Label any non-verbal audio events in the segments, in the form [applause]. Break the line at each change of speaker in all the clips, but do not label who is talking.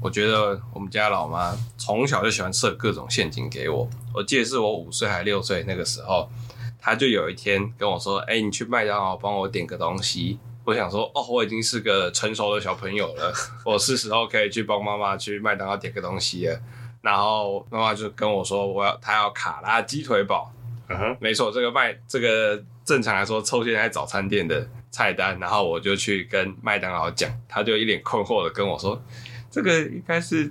我觉得我们家老妈从小就喜欢设各种陷阱给我。我记得是我五岁还六岁那个时候，她就有一天跟我说：“哎、你去麦当劳帮我点个东西。”我想说：“哦，我已经是个成熟的小朋友了， [laughs] 我是时候可以去帮妈妈去麦当劳点个东西了。”然后妈妈就跟我说：“我要她要卡拉鸡腿堡。”
嗯哼，
没错，这个卖这个正常来说抽现在早餐店的菜单，然后我就去跟麦当劳讲，他就一脸困惑的跟我说，这个应该是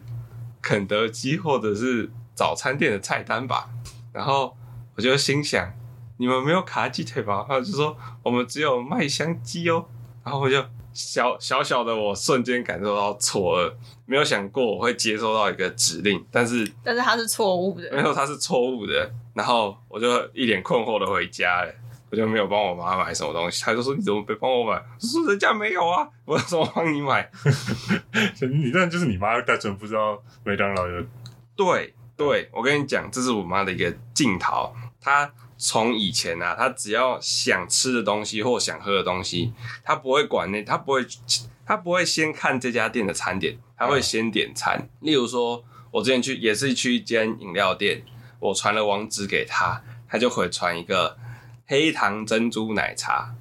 肯德基或者是早餐店的菜单吧。然后我就心想，你们没有卡鸡腿堡，他就说我们只有麦香鸡哦。然后我就小 [laughs] 小小的我瞬间感受到错愕，没有想过我会接收到一个指令，但是
但是它是错误
没
的，
有，他是错误的。然后我就一脸困惑的回家了，我就没有帮我妈买什么东西。她就说：“你怎么没帮我买？”我说：“人家没有啊，我怎么帮你买
[laughs] 你那就是你妈单纯不知道麦当劳有，？”
对对，我跟你讲，这是我妈的一个镜头。她从以前啊，她只要想吃的东西或想喝的东西，她不会管那，她不会，她不会先看这家店的餐点，她会先点餐。例如说，我之前去也是去一间饮料店，我传了网址给他，他就回传一个黑糖珍珠奶茶，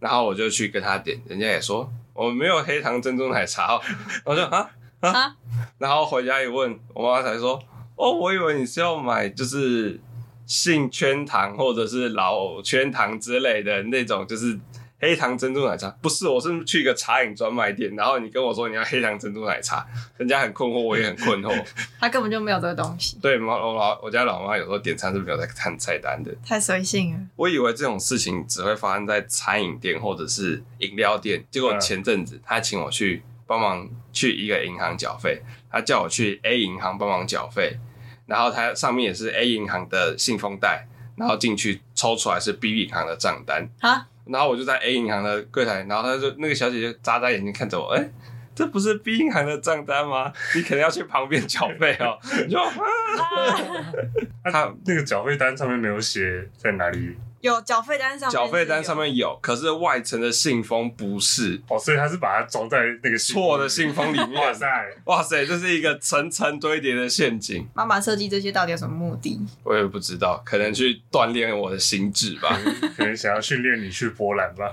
然后我就去跟他点，人家也说我们没有黑糖珍珠奶茶、哦，我说啊啊
啊，
然后回家一问，我妈才说哦，我以为你是要买就是杏圈糖或者是老圈糖之类的那种，就是。黑糖珍珠奶茶不是，我是去一个茶饮专卖店，然后你跟我说你要黑糖珍珠奶茶，人家很困惑，我也很困惑。
它根本就没有这个东西，
对，妈我老我家老妈有时候点餐是没有在看菜单的。
太随性了。
我以为这种事情只会发生在餐饮店或者是饮料店，结果
嗯
前阵子她请我去帮忙去一个银行缴费，她叫我去 A 银行帮忙缴费，然后它上面也是 A 银行的信封袋，然后进去抽出来是 B 银行的账单，
啊，
然后我就在 A 银行的柜台，然后她就那个小姐就眨眨眼睛看着我，哎、这不是 B 银行的账单吗？你可能要去旁边缴费哦。你
[laughs]
就啊，
他啊那个缴费单上面没有写在哪里，
[laughs] 有缴费单上面是
缴
有，
费单上面有，可是外层的信封不是
哦，所以他是把它装在那个信
错的信封里
哇
面。
塞，
哇塞，这是一个层层堆叠的陷阱，
妈妈设计这些到底有什么目的？
我也不知道，可能去锻炼我的心智吧。 [laughs]
可能想要训练你去波兰吧，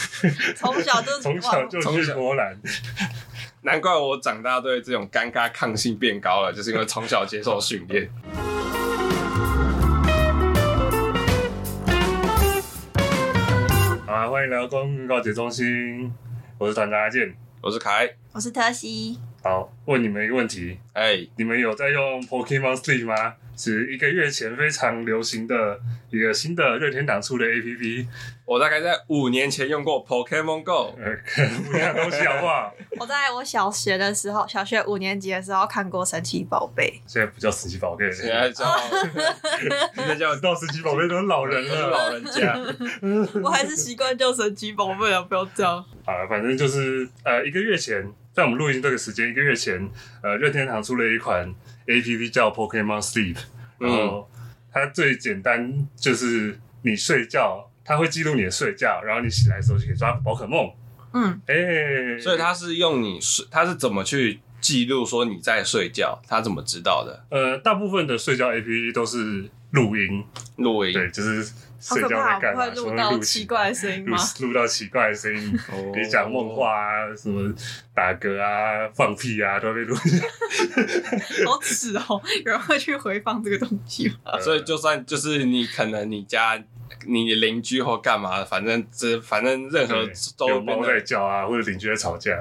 [laughs] 从小就
从小就
从
去
小
波兰，
难怪我长大对这种尴尬抗性变高了，就是因为从小接受训练。
好啊，欢迎来到光明告解中心，我是团长阿健。
我是凯，
我是特西，
好，问你们一个问题：
哎，
你们有在用 Pokemon Sleep 吗？是一个月前非常流行的一个新的任天堂出的 APP，
我大概在五年前用过 Pokemon Go，
呃，不一样东西好
[laughs]
不好？
我在我小学的时候，小学五年级的时候看过《神奇宝贝
现在不叫神奇宝贝，
现 [laughs] 在叫现在叫
知道神奇宝贝都是老人了。
老人家。》，
[laughs]
我还是习惯叫神奇宝贝了，不要叫。
啊，反正就是呃，一个月前，在我们录音这个时间，一个月前，呃，任天堂出了一款 A P P 叫 Pokemon Sleep，然后它最简单就是你睡觉，它会记录你的睡觉，然后你醒来的时候就可以抓宝可梦。
嗯，
哎、
所以他是用你睡，他是怎么去记录说你在睡觉？他怎么知道的？
呃，大部分的睡觉 A P P 都是录音，
录音
对，就是
好
睡
可
觉
怕，
在干
不
嘛，
会录
什么
到
起
奇怪的声音
录
吗？
录到奇怪的声音，
哦
比如讲梦，话啊，什么打嗝啊、放屁啊，都被录下
好耻哦！有人会去回放这个东西 [laughs] 吗？
啊所
嗯
以就算就是你可能你家你邻居或干嘛，反正这反正任何
对 [laughs] 有
周边
猫在
的
叫啊，或者邻居在吵架，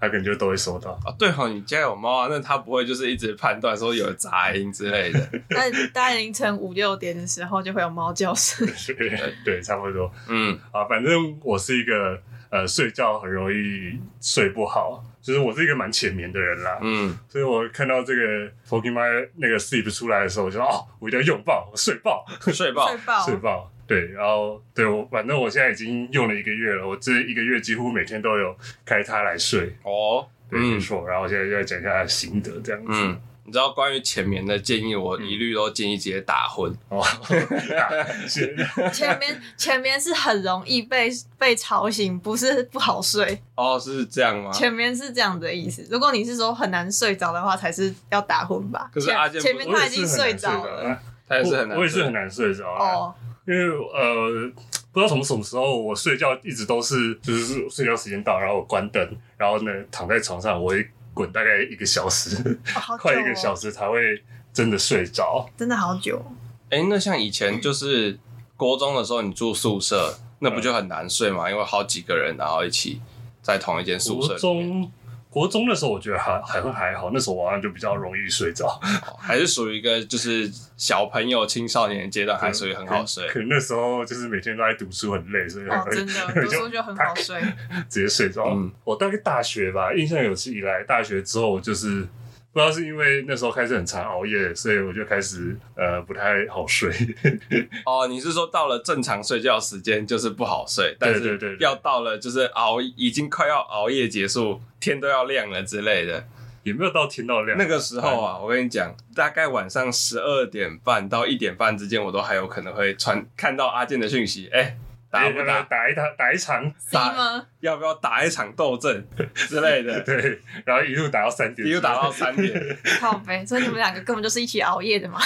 他可能就都会收到。
啊，对哦，你家有猫啊，那他不会就是一直判断说有杂音之类
[laughs]
的。
那大概凌晨五六点的时候就会有猫叫声。
对对，差不多
嗯，
啊。反正我是一个呃，睡觉很容易睡不好，就是我是一个蛮浅眠的人啦。
嗯，
所以我看到这个 Pokemon 那个 Sleep 出来的时候，我就说哦，我一定要用爆，我睡爆，
睡爆
[laughs] [laughs] 睡爆
睡爆。对，然后对我，反正我现在已经用了一个月了，我这一个月几乎每天都有开它来睡，
哦，
对，没
嗯
错。然后我现在就要讲一下心得，这样子。
嗯，你知道关于浅眠的建议，我一律都建议直接打昏。
[laughs]
[laughs]
哦，是
前面前面是很容易被被吵醒，不是不好睡。
哦，是这样吗？
前面是这样的意思。如果你是说很难睡着的话，才是要打昏吧？
可是
前
阿健不
前面
我
他已经睡着了。
了，
他也是很难睡，
啊我也是很难睡着啊。
哦，
因为呃，不知道从什么时候，我睡觉一直都是就是睡觉时间到，然后我关灯，然后呢躺在床上，我会滚大概一个小时，
哦好久、哦，
[laughs] 快一个小时才会真的睡着。
真的好久哦、
哎、那像以前就是国中的时候，你住宿舍，那不就很难睡嘛？因为好几个人然后一起在同一间宿舍
国
里面，
中国中的时候，我觉得还还会还好，那时候晚上就比较容易睡着，
哦还是属于一个就是小朋友、青少年的阶段，还属于很好睡。
[laughs] 可能那时候就是每天都在读书，很累，所以很
哦，
容易
真的，读书就很好
[laughs]
睡。
直接睡着。
嗯
我大概大学吧，印象有是以来大学之后，我就是不知道是因为那时候开始很常熬夜，所以我就开始呃不太好睡。
哦，你是说到了正常睡觉时间就是不好睡，但
对
是
对对
要到了就是熬已经快要熬夜结束，天都要亮了之类的。
也没有到天到亮。
那个时候啊，我跟你讲，大概晚上十二点半到一点半之间，我都还有可能会传看到阿健的讯息，哎、打
打
不
不
打？
打打一打打一场，
C
打
吗？
要不要打一场斗阵之类的，
对，然后一路打到三点，
一路打到三点。
靠背，所以你们两个根本就是一起熬夜
[laughs]
的嘛。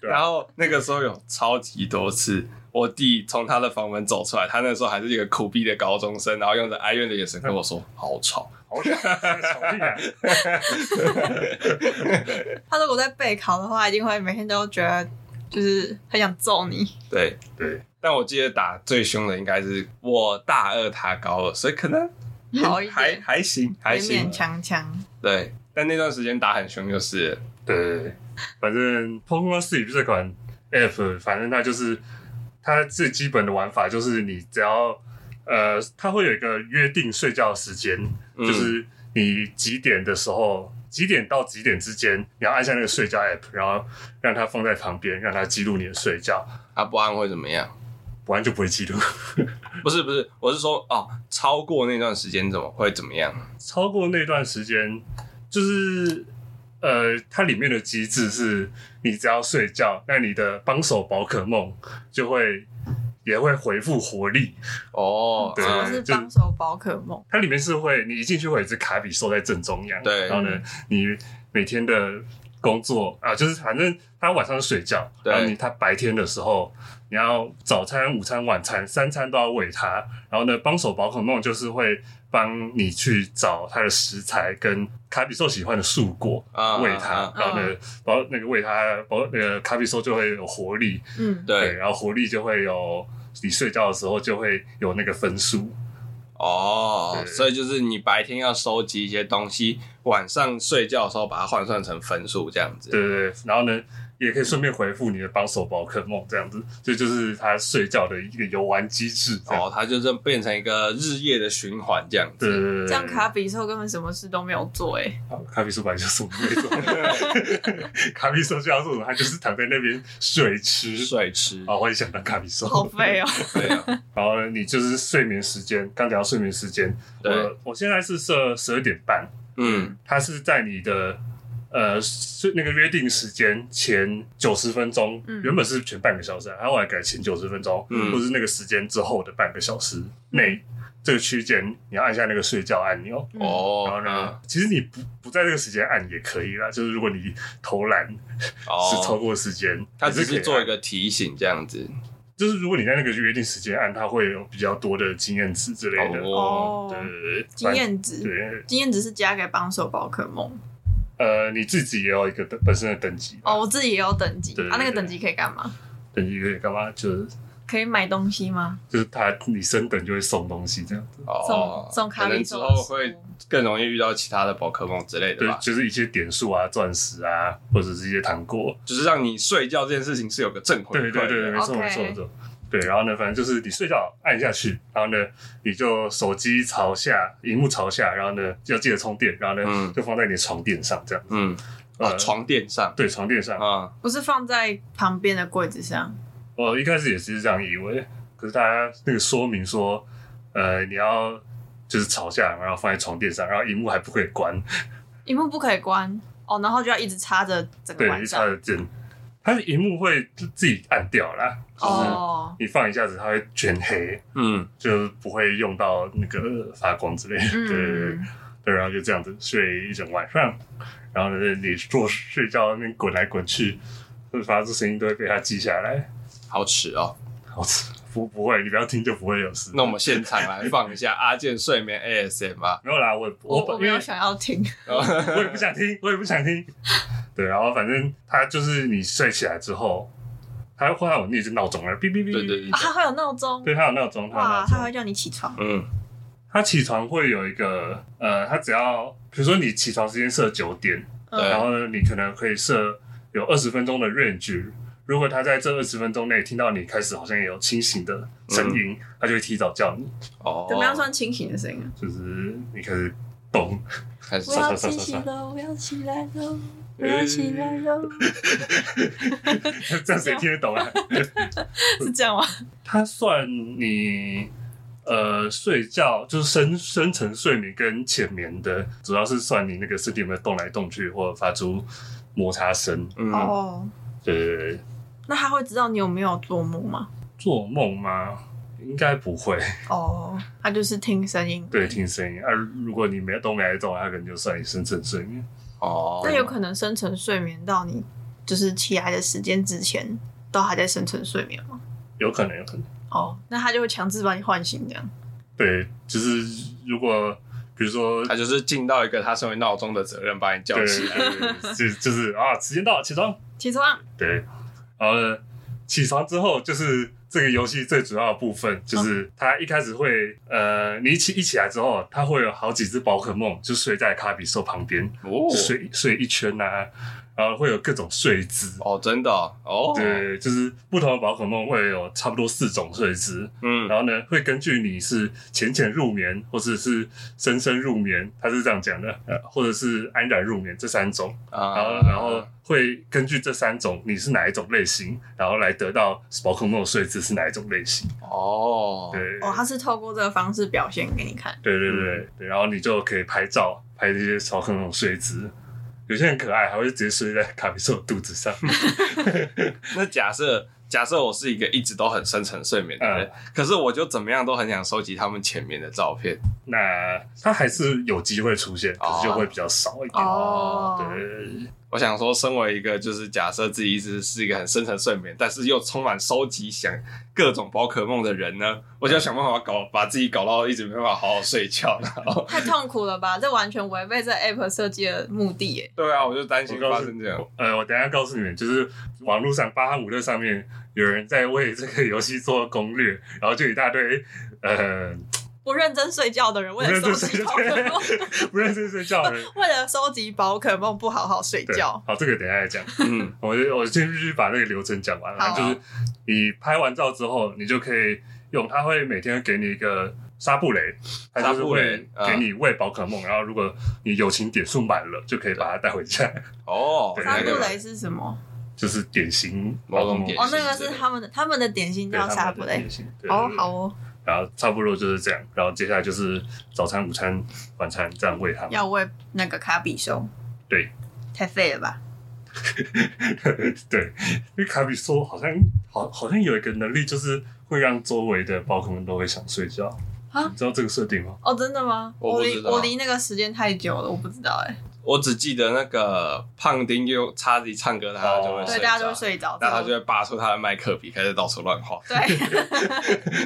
对
然后啊那个时候有超级多次，我弟从他的房门走出来，他那时候还是一个苦逼的高中生，然后用着哀怨的眼神跟我说：“好吵。
好吵，吵屁啊！
他如果在备考的话，一定会每天都觉得就是很想揍你。”
对，
对，
但我记得打最凶的应该是我大二，他高二，所以可能
好一点
嗯还还行，还
勉勉
行。
强强，
对，但那段时间打很凶就是了。
对，反正 Pokemon Sleep 这款 App，反正它就是它最基本的玩法就是你只要呃，它会有一个约定睡觉时间，
嗯
就是你几点的时候。几点到几点之间，你要按下那个睡觉 app，然后让它放在旁边，让它记录你的睡觉，
他不安会怎么样？
不然就不会记录。
不是不是，我是说哦，超过那段时间怎么会怎么样？
超过那段时间，就是呃，它里面的机制是，你只要睡觉，那你的帮手宝可梦就会也会回复活力。
哦，
对
什么
嗯
是
就是
帮手宝可梦？
它里面是会，你一进去会有一只卡比兽在正中央，
对嗯
然后呢，你每天的工作啊，就是反正他晚上睡觉，
对
然后你他白天的时候，你要早餐、午餐、晚餐三餐都要喂他，然后呢，帮手宝可梦就是会帮你去找它的食材跟卡比兽喜欢的树果
啊
喂它，
啊
啊
然后呢，宝那个喂它，宝那个卡比兽就会有活力，
嗯，
对，
然后活力就会有。你睡觉的时候就会有那个分数，
哦，
对
所以就是你白天要收集一些东西，晚上睡觉的时候把它换算成分数这样子。
对对对，然后呢，也可以顺便回复你的帮手宝可梦这样子，这就是他睡觉的一个游玩机制。哦，
哦，它就这变成一个日夜的循环这样
对
子。
对对，对
这样卡比兽根本什么事都没有做
[laughs]
哎、欸
好卡比兽本来就是我们那
[laughs]
种，卡比兽就要做什么，他就是躺在那边睡吃。
睡吃，
啊，我也想当卡比
好
兽。
废
[laughs]
哦、
对啊，
然后呢，你就是睡眠时间，刚讲到睡眠时间，
对
我我现在是设十二点半，
嗯，
它是在你的呃是那个约定时间前九十分钟，
嗯
原本是前半个小时啊，它后来改前九十分钟，
嗯
或是那个时间之后的半个小时内。这个区间你要按下那个睡觉按钮，
嗯
哦，
然后呢
嗯，
其实你不不在这个时间按也可以啦，就是如果你偷懒是超
哦，
过时间，
它
也
只
可以
是
按
做一，个提醒这样子。
就是如果你在那个约定时间按，它会有比较多的经验值之类的，
哦，
哦
对，对对，
经验
反
值，
对，
经验值是加给帮手宝可梦。
呃，你自己也有一个等本身的等级
哦，我自己也有等级
对
啊，那个
对
等级可以干嘛？
等级可以干嘛？就是
可以买东西吗？
就是他你升等就会送东西这样子，
哦
送，送
可
卡
能
比
之
兽
后
的
会
书
更容易遇到其他的宝可梦之类的
对
吧，，
就是一些点数啊、钻石啊，或者是一些糖果。
就是让你睡觉这件事情是有个正回
对
馈
对
的。
对，没错
OK
没错没错。对，然后呢，反正就是你睡觉按下去，然后呢，你就手机朝下，荧幕朝下，然后呢要记得充电，然后呢、
嗯
就放在你的床垫上这样子。
嗯，哦，
呃
床垫上
对，床垫上。
啊，
不是放在旁边的柜子上。
我哦一开始也是这样以为，可是大家那个说明说，呃，你要就是朝下，然后放在床垫上，然后荧幕还不可以关，
荧幕不可以关哦，然后就要一直插着整个
对，
晚
一插
上。
着键，它的荧幕会自自己暗掉啦，就是
哦，
你放一下子它会全黑，
嗯，
就不会用到那个发光之类的。 [laughs] 对对对
嗯，
对，然后就这样子睡一整晚上，然后呢，你做睡觉那边滚来滚去，会发出声音都会被它记下来。
好耻哦。
好吃不不会，你不要听就不会有事。
那我们现场来放一下阿健睡眠 ASM 啊，
没有啦，我
我
我
我
本
没
因
有
为
想要听，嗯
我也不想听，我也不想
[laughs]
听。对，然后反正它就是你睡起来之后，它会让我那只闹钟了，哔哔哔，
对对对
啊，，它会有闹钟，
对，它有闹钟，它有
哇，
闹
它会
钟。
叫你起床。
嗯
它起床会有一个呃，它只要比如说你起床时间设九点，
对
嗯
然后呢，你可能可以设有二十分钟的 range。如果他在这二十分钟内听到你开始好像有清醒的声音，他就会提早叫你，
哦，
啊怎么样算清醒的声音啊？
就是你开始动。
开始
我
算
要清醒了，我要起来 [laughs] 了，我要起来了，
[laughs] 这样谁听得懂啊？
[laughs] 是这样吗？
它算你呃睡觉就是深深层睡眠跟浅眠的，主要是算你那个身体有没有动来动去或者发出摩擦声。
嗯，
哦，
对对对，
那它会知道你有没有做梦吗？
做梦吗？应该不会。 [laughs]
哦，它就是听声音。
对，。听声音。啊，如果你没动没来动，它可能就算你深层睡眠。
哦，
那有可能深层睡眠到你就是起来的时间之前，都还在深层睡眠吗？
有可能，有可能。
哦，那它就会强制把你唤醒这样。
对，就是如果比如说，
他就是尽到一个他身为闹钟的责任，把你叫
对，
起来。
对就就是啊，时间到了，起床。
起床，
对，然后呢，起床之后就是这个游戏最主要的部分，
哦
就是它一开始会呃，你一起一起来之后，它会有好几只宝可梦就睡在卡比兽旁边，
哦
睡睡一圈啊，然后会有各种睡姿。
哦，真的哦，哦
对，就是不同的宝可梦会有差不多四种睡姿，
嗯
然后呢，会根据你是浅浅入眠，或者是深深入眠，它是这样讲的，呃，或者是安然入眠这三种，
嗯啊
然后然后会根据这三种你是哪一种类型，然后来得到宝可梦的睡姿是哪一种类型。
哦，嗯
对，
哦，它是透过这个方式表现给你看。
对对对对，然后你就可以拍照，拍这些宝可梦的睡姿。有些很可爱，还会直接睡在卡比兽的肚
[laughs]
子上。
那假设假设我是一个一直都很深层睡眠的人，
嗯
可是我就怎么样都很想收集他们前面的照片。
那它还是有机会出现，可是就会比较少一点。
哦
对对对
我想说，身为一个就是假设自己一直是一个很深层睡眠，但是又充满收集想各种宝可梦的人呢，我
嗯
就要想办法搞把自己搞到一直没办法好好睡觉。然后， [laughs]
太痛苦了吧！这完全违背这 app 设计的目的耶。
对啊，我就担心
我告
发
诉
生这样。
呃，我等一下告诉你们，就是网络上巴哈姆特上面有人在为这个游戏做攻略，然后就一大堆呃
不认真睡觉的人，为了收集宝可 [laughs] 梦，
不认真睡觉的人。
[laughs] 为了收集宝可梦不好好睡
对，
觉。
好，这个等一下再讲。 [laughs]
嗯，
我我先必须把那个流程讲完了，
好
就是你拍完照之后，你就可以用，它会每天给你一个纱布雷，它就是
纱布雷
会给你喂宝可梦，然后如果你友情点数满了，就可以把它带回家，
哦，
对
沙
那
布
个
雷是什么？
就是典型
某种
宝可梦
点
哦
心，
那个是他们的他们的点心
对
叫
他
沙
们
布
的
雷
典。型对
哦
对，对
好哦，
然后差不多就是这样，然后接下来就是早餐、午餐、晚餐这样喂他们。 [laughs]
要喂那个卡比兽。
对，
太废了吧？
对，因为卡比说好像好好像有一个能力，就是会让周围的宝可梦都会想睡觉。
啊
你知道这个设定吗？ [laughs]
哦，真的吗？
我不
离
知道
我离那个时间太久了，我不知道哎。
我只记得那个胖丁又插着一唱歌，他就会
哦
睡
对，
着
大家都会，睡着。
那他就会拔出他的麦克笔，开始到处乱画。
对，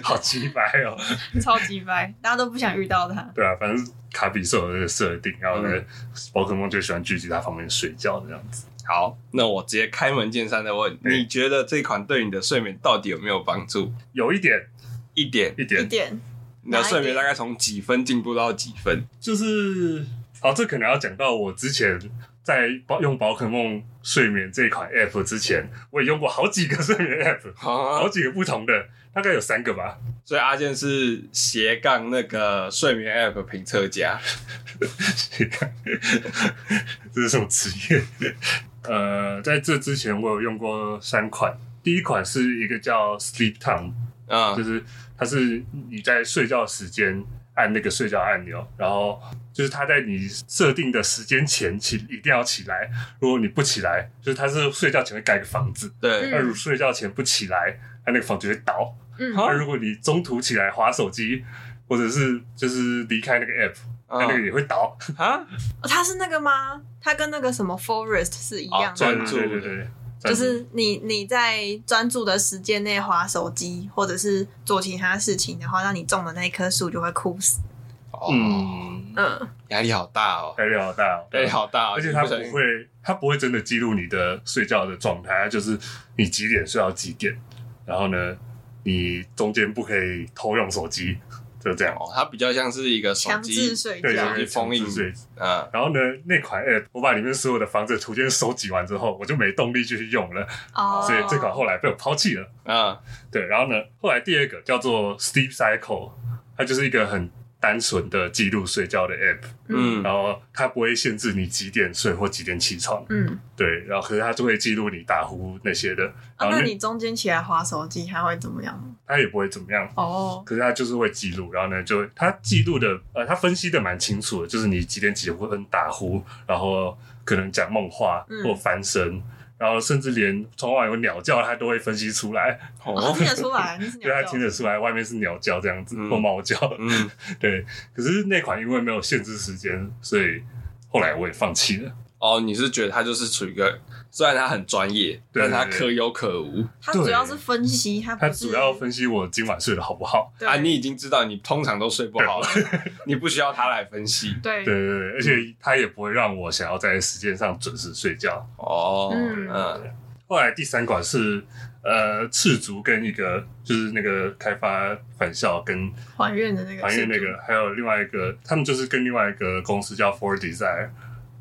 好奇白哦。
超级掰，大家都不想遇到他。
对啊，反正卡比兽有这个设定，然后呢
嗯，
宝可梦就喜欢聚集在旁边睡觉这样子。
好，那我直接开门见山的问，
嗯
你觉得这款对你的睡眠到底有没有帮助？
有一点，
一点，
一
一
点，
点
你的睡眠
哪
大
一
概从几分进步到几分？
就是哦，这可能要讲到我之前在宝用宝可梦睡眠这款 app 之前，我也用过好几个睡眠 app。好
好，
几个不同的，大概有三个吧。 [laughs]
所以阿健是斜杠那个睡眠 App 评测家。
这是什么职业？呃，在这之前我有用过三款，第一款是一个叫 Sleep Time，
嗯
就是它是你在睡觉时间。按那个睡觉按钮，然后就是它在你设定的时间前起一定要起来，如果你不起来，就是它是睡觉前会盖个房子，
对，
那、如果睡觉前不起来，它那个房子会倒。
嗯
好
那如果你中途起来划手机，或者是就是离开那个 app，它
嗯
那个也会倒。
啊，
哦它是那个吗？它跟那个什么 Forest 是一
哦
样的
专
嗯对
吗？
注
对对对，对
就是你你在专注的时间内划手机，或者是做其他事情的话，那你种的那一棵树就会枯死。
哦，
嗯，
嗯，
压力好大哦，
压力好大、哦，
压力好大哦，
而且它
小心
不会，它不会真的记录你的睡觉的状态，它就是你几点睡到几点，然后呢，你中间不可以偷用手机，就这样。
哦，它比较像是一个手
[laughs] 强
机
制，睡
对，
觉
手
对，
机
对
封印
强制睡
嗯，
然后呢，那款 app 我把里面所有的房子的图鉴收集完之后，我就没动力继续用了，
哦，
所以这款后来被我抛弃了。
嗯，
对，然后呢，后来第二个叫做 Sleep Cycle，它就是一个很单纯的记录睡觉的 app，
嗯
然后它不会限制你几点睡或几点起床。
嗯，
对，然后可是它就会记录你打呼那些的，
啊，
然后
那
那
你中间起来划手机还会怎么样吗？
它也不会怎么样。
哦，
可是它就是会记录，然后呢，就它记录的，呃，它分析的蛮清楚的，就是你几点几分打呼，然后可能讲梦话
嗯
或翻身，然后甚至连窗外有鸟叫，它都会分析出来，
哦
哦，
听得出
[laughs]
来，你是
就它
鸟叫
啊听得出来外面是鸟叫这样子、
嗯
或猫叫。
嗯，
[laughs] 对，可是那款因为没有限制时间，所以后来我也放弃了。
哦，你是觉得它就是处于一个，虽然它很专业，
对
但
对
它
对
可有可无
它主要是分析，它
它
不啊是
主要分析我今晚睡得好不好。
对
啊。你已经知道你通常都睡不好了，你不需要它来分析
对
对
对对，而且
嗯
它也不会让我想要在时间上准时睡觉。
哦。
嗯
嗯，
后来第三款是呃赤足跟一个就是那个开发返校跟
还愿的那个
还原那
制
个，还有另外一个他们就是跟另外一个公司叫 Four Design。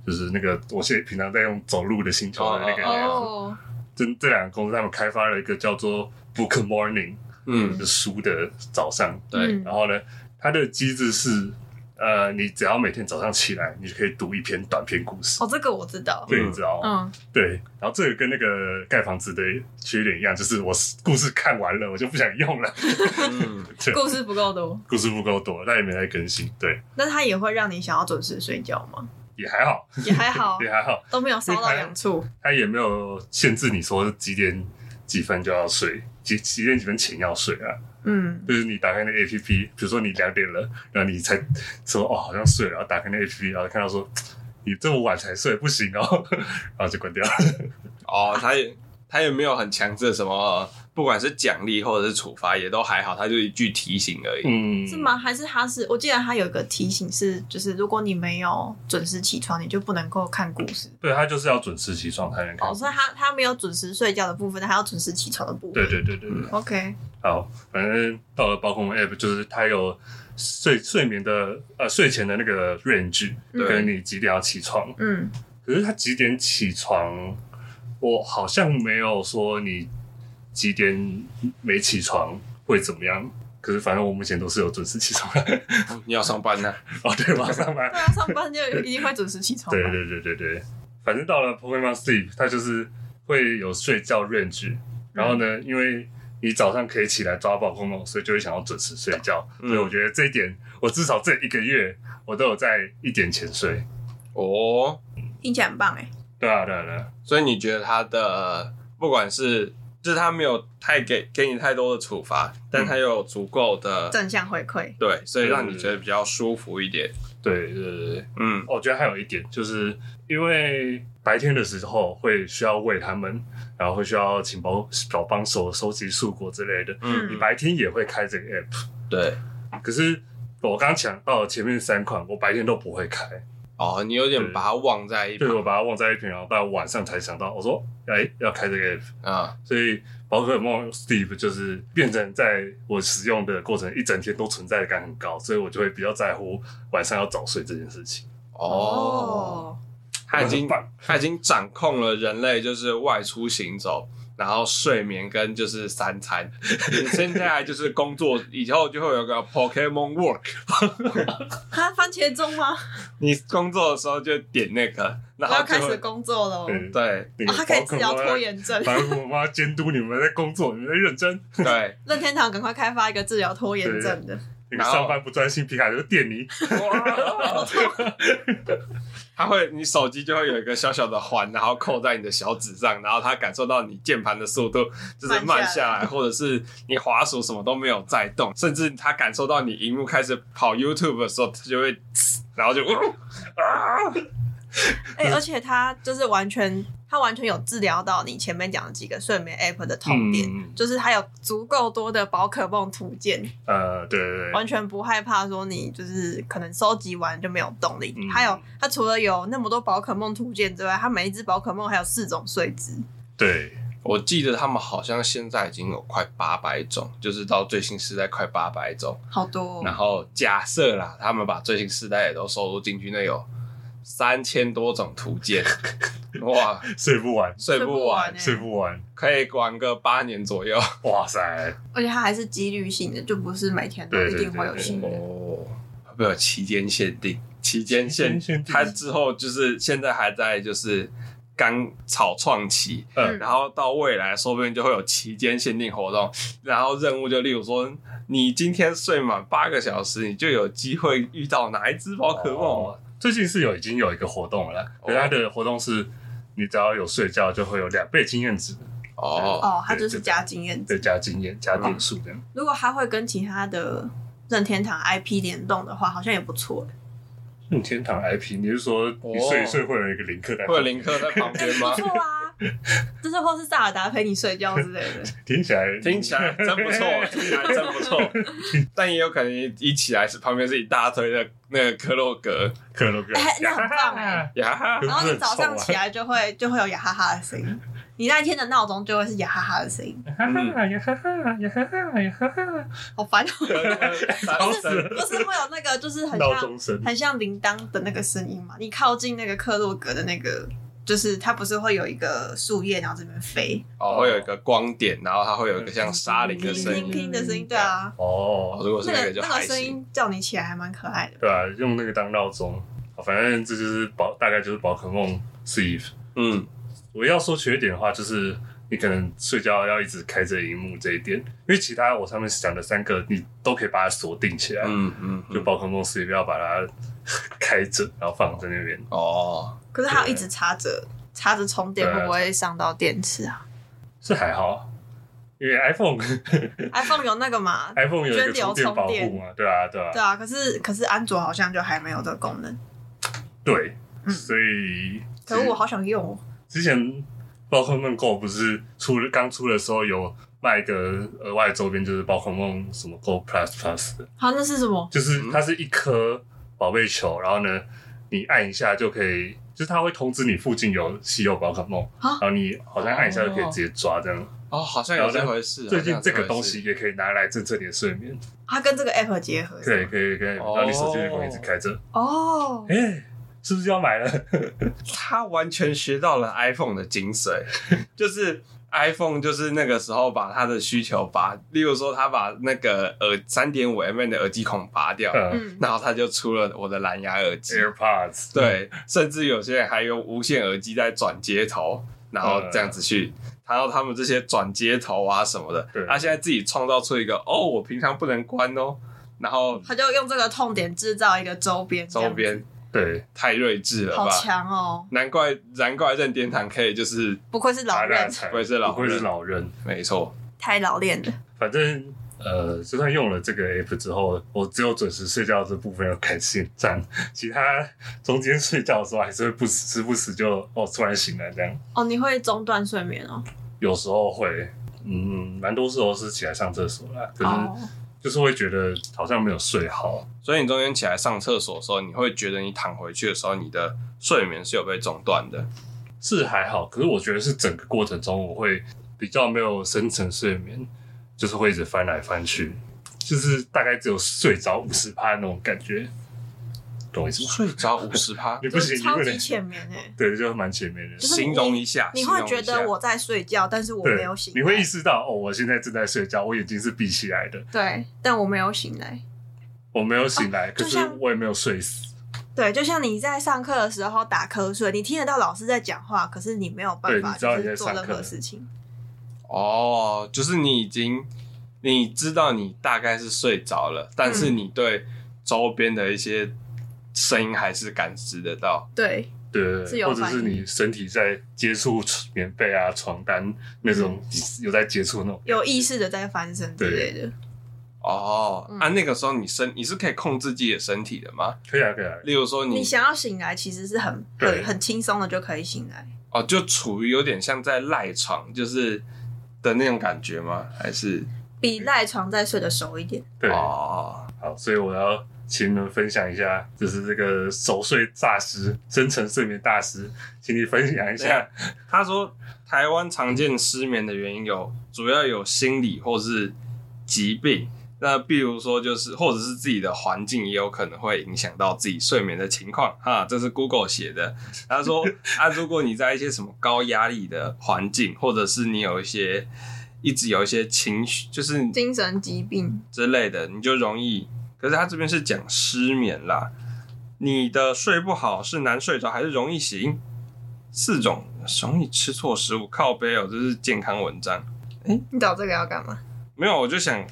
就是那个，我现在平常在用走路的星球的那个
度
哦哦
app，
哦，
这这两个公司他们开发了一个叫做 Book Morning，
嗯，
就是书的早上。
对，
嗯
然后呢，它的机制是，呃，你只要每天早上起来，你就可以读一篇短篇故事
哦，。这个我知道，
对，你知道吗？
嗯，
对，然后这个跟那个盖房子的缺点一样，就是我故事看完了，我就不想用了， [laughs]
嗯，
故事不够多，
故事不够多，那也没来更新，对，
那它也会让你想要准时睡觉
[laughs]
吗？
也还好，，
也还好
也还好，
都没有烧到痒处。
它也没有限制你说几点几分就要睡，几几点几分前要睡啊，
嗯，
就是你打开那 A P P，比如说你两点了，然后你才说哦好像睡了，然后打开那 A P P，然后看到说你这么晚才睡不行哦， [laughs] 然后就关掉了，
哦，它也它也没有很强制的什么，呃不管是奖励或者是处罚，也都还好，它就一句提醒而已。
嗯，
[laughs] 是？吗？还是它是？我记得它有一个提醒是，就是如果你没有准时起床，你就不能够看故事。
对，它就是要准时起床才能看
哦，，所以它它没有准时睡觉的部分，但它要准时起床的部分。
对对对对对。
，OK，
好，反正到了宝可梦 App，就是它有睡睡眠的呃睡前的那个 range，
嗯
跟你几点要起床。
嗯，
可是它几点起床，我好像没有说你几点没起床会怎么样。可是反正我目前都是有准时起床的。 [laughs]
哦你要上班呢？
哦，对，马上来
对。啊，上班就一定会准时起床
对
嘛。
对对对对，反正到了 Pokemon Sleep，它就是会有睡觉 range，然后
嗯
呢，因为你早上可以起来抓宝可梦，所以就会想要准时睡觉。
嗯
所以我觉得这一点，我至少这一个月我都有在一点前睡。
哦，
听起来很棒哎。
对啊，对啊，对啊，
所以你觉得他的不管是就是他没有太给给你太多的处罚，但他又有足够的、
正向回馈，
对，所以让你觉得比较舒服一点。
对对对对。
嗯，
我觉得还有一点，就是因为白天的时候会需要喂他们，然后会需要请帮找帮手收集树果之类的。
嗯
你白天也会开这个 app，
对。
可是哦我刚刚讲到前面三款，我白天都不会开。
哦，你有点把它忘在一
对，我
旁
把它忘在一边，然后到晚上才想到，我说，哎、要开这个 app，
啊、
所以宝可梦 Steve 就是变成在我使用的过程一整天都存在感很高，所以我就会比较在乎晚上要早睡这件事情。
哦，，他已经
很棒
他已经掌控了人类，就是外出行走，然后睡眠跟就是三餐。你现在就是工作以后就会有个 Pokemon Work，
哈，番茄钟吗？
你工作的时候就点那个，然后
我要
就
开始
会
工作了哦，
对，
对
嗯那
啊
个
它可以
宝可
治
梦
疗拖延症。
反正我妈监督你们在工作，你们在认真。
对，
任天堂赶快开发一个治疗拖延症的，
你
然后
上班不专心，皮卡就电你。
哇 [laughs] 它会，你手机就会有一个小小的环，然后扣在你的小指上，然后它感受到你键盘的速度就是慢
慢
下
下
来，或者是你滑鼠什么都没有在动，甚至它感受到你荧幕开始跑 YouTube 的时候，它就会呲，然后就呜啊，
[laughs] 哎、而且它就是完全，它完全有治疗到你前面讲的几个睡眠 App 的痛点，
嗯
就是它有足够多的宝可梦图鉴，
呃，对对对，
完全不害怕说你就是可能收集完就没有动力。
嗯
还有，它除了有那么多宝可梦图鉴之外，它每一只宝可梦还有四种睡姿。
对，
[sniffs] 我记得他们好像现在已经有快八百种，就是到最新时代快八百种。
好多、
然
哦，
后假设啦，他们把最新世代也都收录进去，那有三千多种图鉴，哇，
睡不完，
睡不完，
欸
睡不完，
可以玩个八年左右。
哇塞，
而且它还是几率性的，就不是每天都
对
一
对
定会有
对
新的。
哦，会不会有期间限定？期间限
期间限定
它之后就是现在还在就是刚草创期，
嗯
然后到未来说不定就会有期间限定活动，然后任务就例如说。你今天睡满八个小时，你就有机会遇到哪一只宝可梦、
哦最近是有已经有一个活动了啦，
哦
可是它的活动是，你只要有睡觉就会有两倍经验值，
哦，
哦，它
对
就是
对对
加经验值
对，加经验加点数这
嗯
样。
如果它会跟其他的任天堂 IP 联动的话，好像也不错。
任天堂 IP，你是说你睡一睡会有一个林克在？
哦会有林克在旁边吗
不？错啊，就是或是萨尔达陪你睡觉之类的。
[laughs]
听起来
听起来真不错，听起来真不
[laughs]
错，但也有可能一起来是旁边是一大堆的那个克洛格
克洛克
哎，那
[laughs]
[laughs]
很棒哎
呀，
然后你
啊
早上起来就会就会有雅哈哈的声音，你那一天的闹钟就会是雅哈哈的声音，
嗯
[laughs]
哈哈呀哈哈呀哈哈呀哈哈，
好烦、哦。 [laughs]
三神
不是会有那个就是很
闹
像
钟声，
很像铃铛的那个声音嘛？你靠近那个克洛格的那个，就是它不是会有一个树叶然后这边飞，
哦，会有一个光点，然后它会有一个像沙林的
叮
声
叮
音。
叮的声音，对啊。
哦，
哦，
如果是
那
那个
个
就
那个
还
声
行。
音叫你起来还蛮可爱的，
对啊，用那个当闹钟，好反正这就是宝，大概就是宝可梦 Steve。
嗯，
我要说缺点的话，就是你可能睡觉要一直开着荧幕这一点，因为其他我上面讲的三个，你都可以把它锁定起来。
嗯嗯，
就宝可梦 Steve 要把它开着，然后放在那边。
哦，
可是它要一直插着插着充电，
对啊
会不会伤到电池啊
是还好，啊因为 iPhone [laughs]
？iPhone 有那个嘛？
iPhone 有一个
涓流
充电保
充
护嘛，对啊，对啊，
对啊，可是可是安卓好像就还没有这个功能，
对，
嗯
所以
可是我好想用哦。
之前宝可梦 Go 不是出了刚出的时候有卖一个额外周边，就是宝可梦什么 Go Plus Plus 的，
啊好，那是什么？
嗯
就是它是一颗宝贝球，然后呢，你按一下就可以，就是它会通知你附近有稀有宝可梦，
啊
然后你好像按一下就可以直接抓这样。
哦，好像有这回事。
最近这个东西也可以拿来政策你的睡眠，
它跟这个 app 结合？
啊
对，。可以可以，然后你手机就可以一直开着，
哦，
哎、是不是要买了？
他完全学到了 iPhone 的精髓， [laughs] 就是 iPhone 就是那个时候把他的需求把，例如说他把那个耳三点五 mm 的耳机孔拔掉，
[laughs] 嗯
嗯，
然后他就出了我的蓝牙耳机。[laughs]
，AirPods，
对，甚至有些人还用无线耳机在转接头，然后这样子去，然后他们这些转接头啊什么的
对，
他现在自己创造出一个哦，我平常不能关哦，然后
他就用这个痛点制造一个周边，
周边
对，
太睿智
这
了
样子好
吧？
强哦，
难怪难怪任天堂可以就是
不愧是老
打打
人，
菜，
不愧是老人
不愧是老人。
没错，
太老练了。
反正呃，就算用了这个 app 之后，我只有准时睡觉这部分要感谢赞，其他中间睡觉的时候还是会不时时不时就哦突然醒来这样，
哦，你会中断睡眠哦？
有时候会。嗯，蛮多时候是起来上厕所啦，可是
哦，
就是会觉得好像没有睡好，
所以你中间起来上厕所的时候，你会觉得你躺回去的时候，你的睡眠是有被中断的。
是还好，可是我觉得是整个过程中我会比较没有深层睡眠，就是会一直翻来翻去，就是大概只有睡着五十趴那种感觉，懂我意思吗？
[laughs] 睡着五十趴，
你不
就
行，
是
你
超
不
级
能
浅眠诶。
对，就蛮前面的。
就是
形容一下，
你
形容
会
一
觉
下
得我在睡觉，但是我没
对
有醒，来。
你会意识到哦，我现在正在睡觉，我眼睛是闭起来的，
对，但我没有醒来。
我没有醒来，可
啊就是像
我也没有睡死。
对，就像你在上课的时候打瞌睡，你听得到老师在讲话，可是你没有办
对
法
你知道
就
你在
是做
上
任
课
何事情。
哦，就是你已经你知道你大概是睡着了，但是
嗯
你对周边的一些声音还是感知得到。
对，
对对
是
对，
有
或者
反
是
应
你身体在接触棉被啊、床单那种
嗯
有在接触那种，
有意识的在翻身之类的。
哦，
嗯
啊，那个时候你身你是可以控制自己的身体的吗？
可以啊，可以啊，
例如说你
你想要醒来，其实是很
对
很很轻松的就可以醒来。
哦，就处于有点像在赖床，就是的那种感觉吗？还是
比赖床再睡得熟一点，
对，
哦，
好，所以我要请你们分享一下，就是这个熟睡大师、深层睡眠大师，请你分享一
这样
下。
他说台湾常见失眠的原因有主要有心理或是疾病。那比如说，就是或者是自己的环境也有可能会影响到自己睡眠的情况哈，这是 Google 写的。他说 [laughs] 啊，如果你在一些什么高压力的环境，或者是你有一些一直有一些情绪，就是
精神疾病
之类的，你就容易。可是他这边是讲失眠啦，你的睡不好是难睡着还是容易醒？四种容易吃错食物，靠背哦，这是健康文章。
你找这个要干嘛？
没有，我就想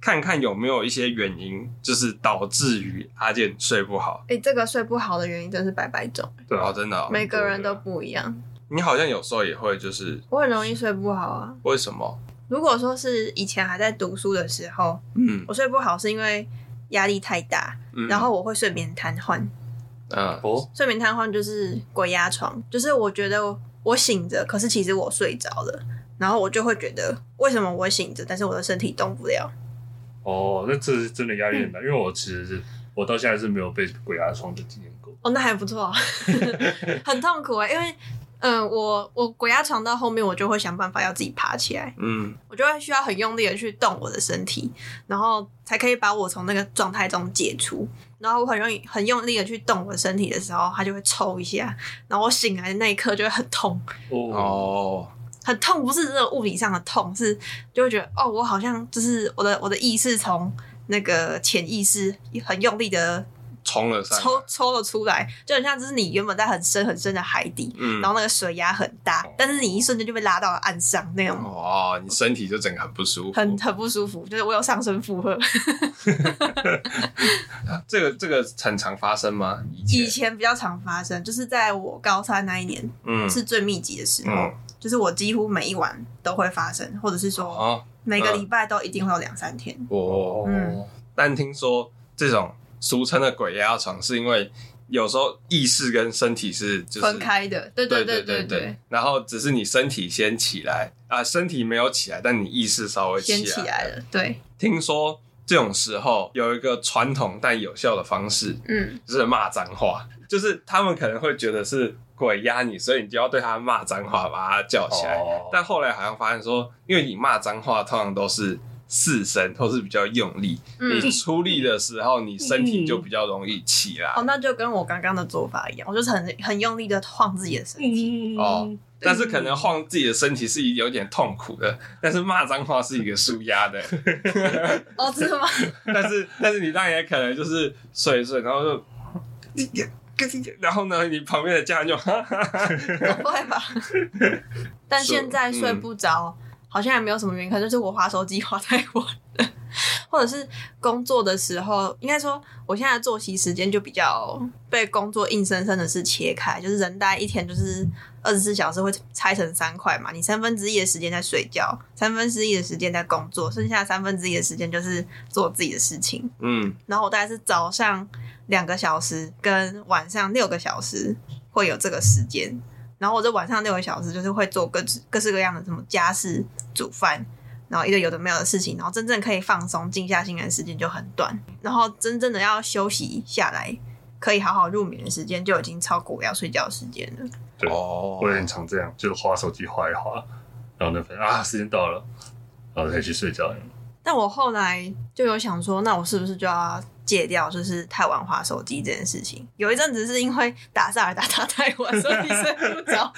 看看有没有一些原因，就是导致于阿健睡不好。
哎、这个睡不好的原因真是百百种，
对
哦，
啊，
真的、哦，
每个人都不一样。
你好像有时候也会，就是
我很容易睡不好啊。
为什么？
如果说是以前还在读书的时候，
嗯，
我睡不好是因为压力太大，
嗯
然后我会睡眠瘫痪。
嗯，
哦，
睡眠瘫痪就是鬼压床，就是我觉得我我醒着，可是其实我睡着了，然后我就会觉得为什么我醒着，但是我的身体动不了。
哦，那这是真的压力很
嗯
大，因为我其实是我到现在是没有被鬼压床的经验过。
哦，那还不 [laughs] 错、啊，很痛苦啊、因为嗯，我我鬼压床到后面，我就会想办法要自己爬起来，
嗯，
我就会需要很用力的去动我的身体，然后才可以把我从那个状态中解除。然后我很容易很用力的去动我的身体的时候，它就会抽一下，然后我醒来的那一刻就会很痛，
哦，
哦，
很痛，不是这种物理上的痛，是就会觉得哦，我好像就是我的我的意识从那个潜意识很用力的
冲了上来，
抽抽了出来，就很像就是你原本在很深很深的海底，
嗯
然，后那个水压很大
哦，
但是你一瞬间就被拉到了岸上那种。
哦，你身体就整个很不舒服，
很很不舒服，就是我有上身负荷。
这个这个很常发生吗？以
以
前，
前比较常发生，就是在我高三那一年、
嗯，
是最密集的时候，
嗯，
就是我几乎每一晚都会发生，或者是说
哦，
每个礼拜都一定会有两三天。
哦
我、
嗯
但听说这种俗称的鬼压床，是因为有时候意识跟身体是就是
分，开的，对
对
对
对
对，
然后只是你身体先起来啊、身体没有起来，但你意识稍微
先起
来。
来了，对，
听说这种时候有一个传统但有效的方式，
嗯，
就是骂脏话，就是他们可能会觉得是鬼压你，所以你就要对他骂脏话，把他叫起来。
哦
但后来好像发现说，因为你骂脏话通常都是四声，或是比较用力，
嗯
你出力的时候，你身体就比较容易起来。
哦，那就跟我刚刚的做法一样，我就是很很用力的晃自己的身体，
哦，但是可能晃自己的身体是有点痛苦的，但是骂脏话是一个舒压 [laughs] 的。
哦，真的吗？
但是但是你当然也可能就是睡一睡，然后就你然后呢，你旁边的家人就哈哈哈，
[laughs] 不会吧？但现在睡不着，好像也没有什么原因，可能就是我划手机划太晚了， [laughs] 或者是工作的时候，应该说我现在的作息时间就比较被工作硬生生的是切开，就是人大概一天就是二十四小时会拆成三块嘛，你三分之一的时间在睡觉，三分之一的时间在工作，剩下三分之一的时间就是做自己的事情。
嗯，
然后我大概是早上两个小时跟晚上六个小时会有这个时间，然后我这晚上六个小时就是会做各式各式各样的什么家事、煮饭，然后一堆有的没有的事情，然后真正可以放松、静下心来的时间就很短，然后真正的要休息下来。可以好好入眠的时间就已经超过我要睡觉的时间了。
对
哦
我也很常这样，就是划手机划一划，然后呢，发现啊，时间到了，然后再去睡觉。
但我后来就有想说，那我是不是就要戒掉，就是太晚划手机这件事情？有一阵子是因为打萨尔达打太晚，所以睡不着。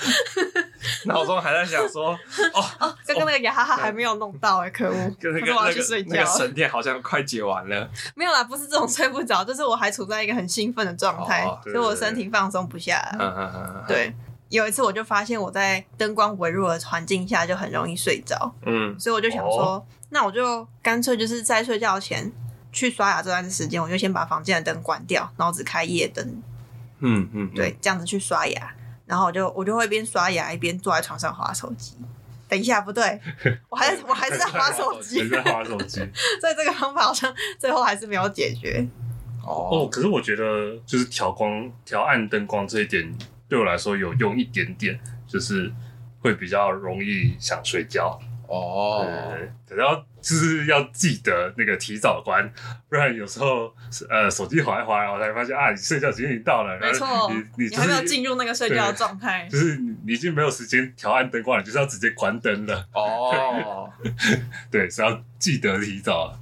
脑中还在想说，哦，
哦，刚刚那个雅哈哈还没有弄到哎、可恶！
[laughs] 跟那个
可是我要
那
去睡
个
觉
那
了。
个神殿好像快解完了。
没有啦，不是这种睡不着，就是我还处在一个很兴奋的状态，
哦
所以我身体放松不下来。
嗯嗯嗯嗯嗯，
对，有一次我就发现我在灯光微弱的环境下就很容易睡着，
嗯
所以我就想说，那我就干脆就是在睡觉前去刷牙这段时间，我就先把房间的灯关掉，然后只开夜灯，
嗯嗯，
对，这样子去刷牙。然后我就我就会边刷牙一边坐在床上划手机。等一下，
[laughs]
不对，我还我还是在划手机，
还在滑手机。
所以这个方法好像最后还是没有解决。
[laughs] 哦，
哦，
可是我觉得就是调光、调暗灯光这一点对我来说有用一点点，就是会比较容易想睡觉。
哦，
对，可是要就是要记得那个提早关，不然有时候呃手机滑一滑，然后才发现啊，你睡觉时间已经到了，
没
然
错
后你，你、
你
就是、
还没有进入那个睡觉的状态。
就是你你已经没有时间调暗灯光了，你就是要直接关灯了。
哦，
对，是要记得提早。啊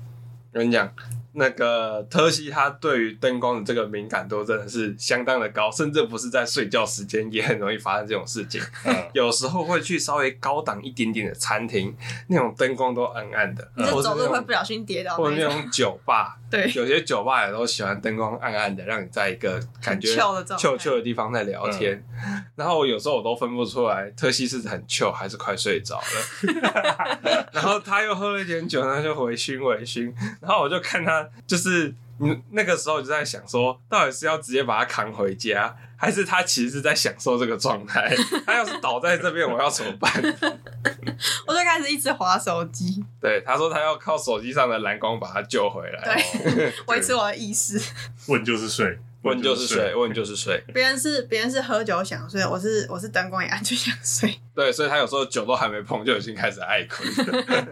我跟你讲，那个特西他对于灯光的这个敏感度真的是相当的高，甚至不是在睡觉时间也很容易发生这种事情。，
嗯
有时候会去稍微高档一点点的餐厅，那种灯光都暗暗的，
你
或
嗯
就
者
走
那
路会
种
不小心跌倒
或者
那
那
种，
种酒吧，
对，
[laughs]
有些酒吧也都喜欢灯光暗暗的，让你在一个感觉
翘的状态
臭臭的地方在聊天。然后有时候我都分不出来，特西是很臭还是快睡着了。 [laughs] 然后他又喝了一点酒，他就微醺微醺。然后我就看他，就是嗯，那个时候就在想说，到底是要直接把他扛回家，还是他其实是在享受这个状 [laughs] 态？他要是倒在这边，我要怎么办？
我就开始一直划手机，
对，他说他要靠手机上的蓝光把他救回来。
哎
对 [laughs]
[laughs]
维持我的意识。
[laughs] 问就是睡，
问就是睡，问就是睡。
别人是别人是喝酒想睡，我是我是灯光也暗就想睡，
对，所以他有时候酒都还没碰就已经开始爱困。 [laughs]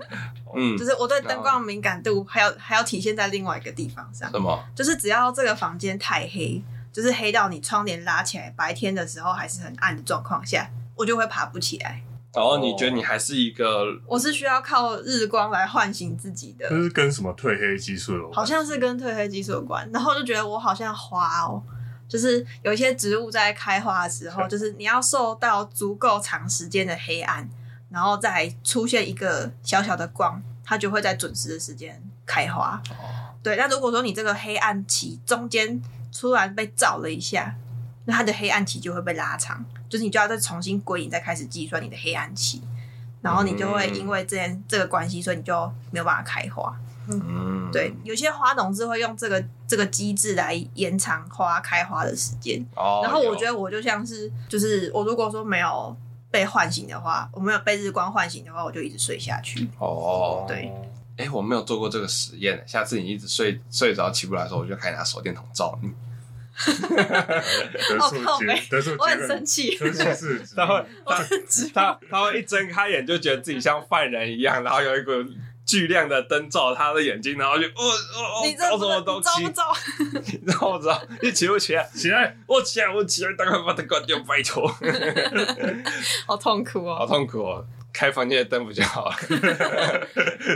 嗯
就，是我对灯光的敏感度还有还要体现在另外一个地方上，
什么？
就是只要这个房间太黑，就是黑到你窗帘拉起来，白天的时候还是很暗的状况下，我就会爬不起来。
然后你觉得你还是一个
我是需要靠日光来唤醒自己的
这，是跟什么褪黑激素有关？
好像是跟褪黑激素有关。 [laughs] 然后我就觉得我好像花哦，就是有一些植物在开花的时
[laughs]
候，就是你要受到足够长时间的黑暗，然后再出现一个小小的光，它就会在准时的时间开花。
哦
对，那如果说你这个黑暗期中间突然被照了一下，那它的黑暗期就会被拉长，就是你就要再重新归零，再开始计算你的黑暗期。然后你就
嗯
会因为这件这个关系，所以你就没有办法开花。
嗯，
对，有些花农是会用这个这个机制来延长花开花的时间。
哦。
然后我
有
觉得我就像是，就是我如果说没有被唤醒的话，我没有被日光唤醒的话，我就一直睡下去。
哦，
对
哎，我没有做过这个实验，下次你一直睡睡着起不来的时候，我就开始拿手电筒照你。
[laughs] 得
哦
出
靠
结
北
得出
我
结
很生
论，
气，
得出是
[laughs] 他会
我
他
很直
他他会一睁开眼就觉得自己像犯人一样，然后有一股巨亮的灯照他的眼睛，然后就哦哦
[laughs] 你
哦，
这
搞
不
什
能
么
你
东
招不
[laughs] 西？
招？
然后我知道你起不起来？
起来，
我起来，我起来，赶快把灯关掉，拜托。
好痛苦
好
哦！
痛苦哦，开房间的灯不就好了？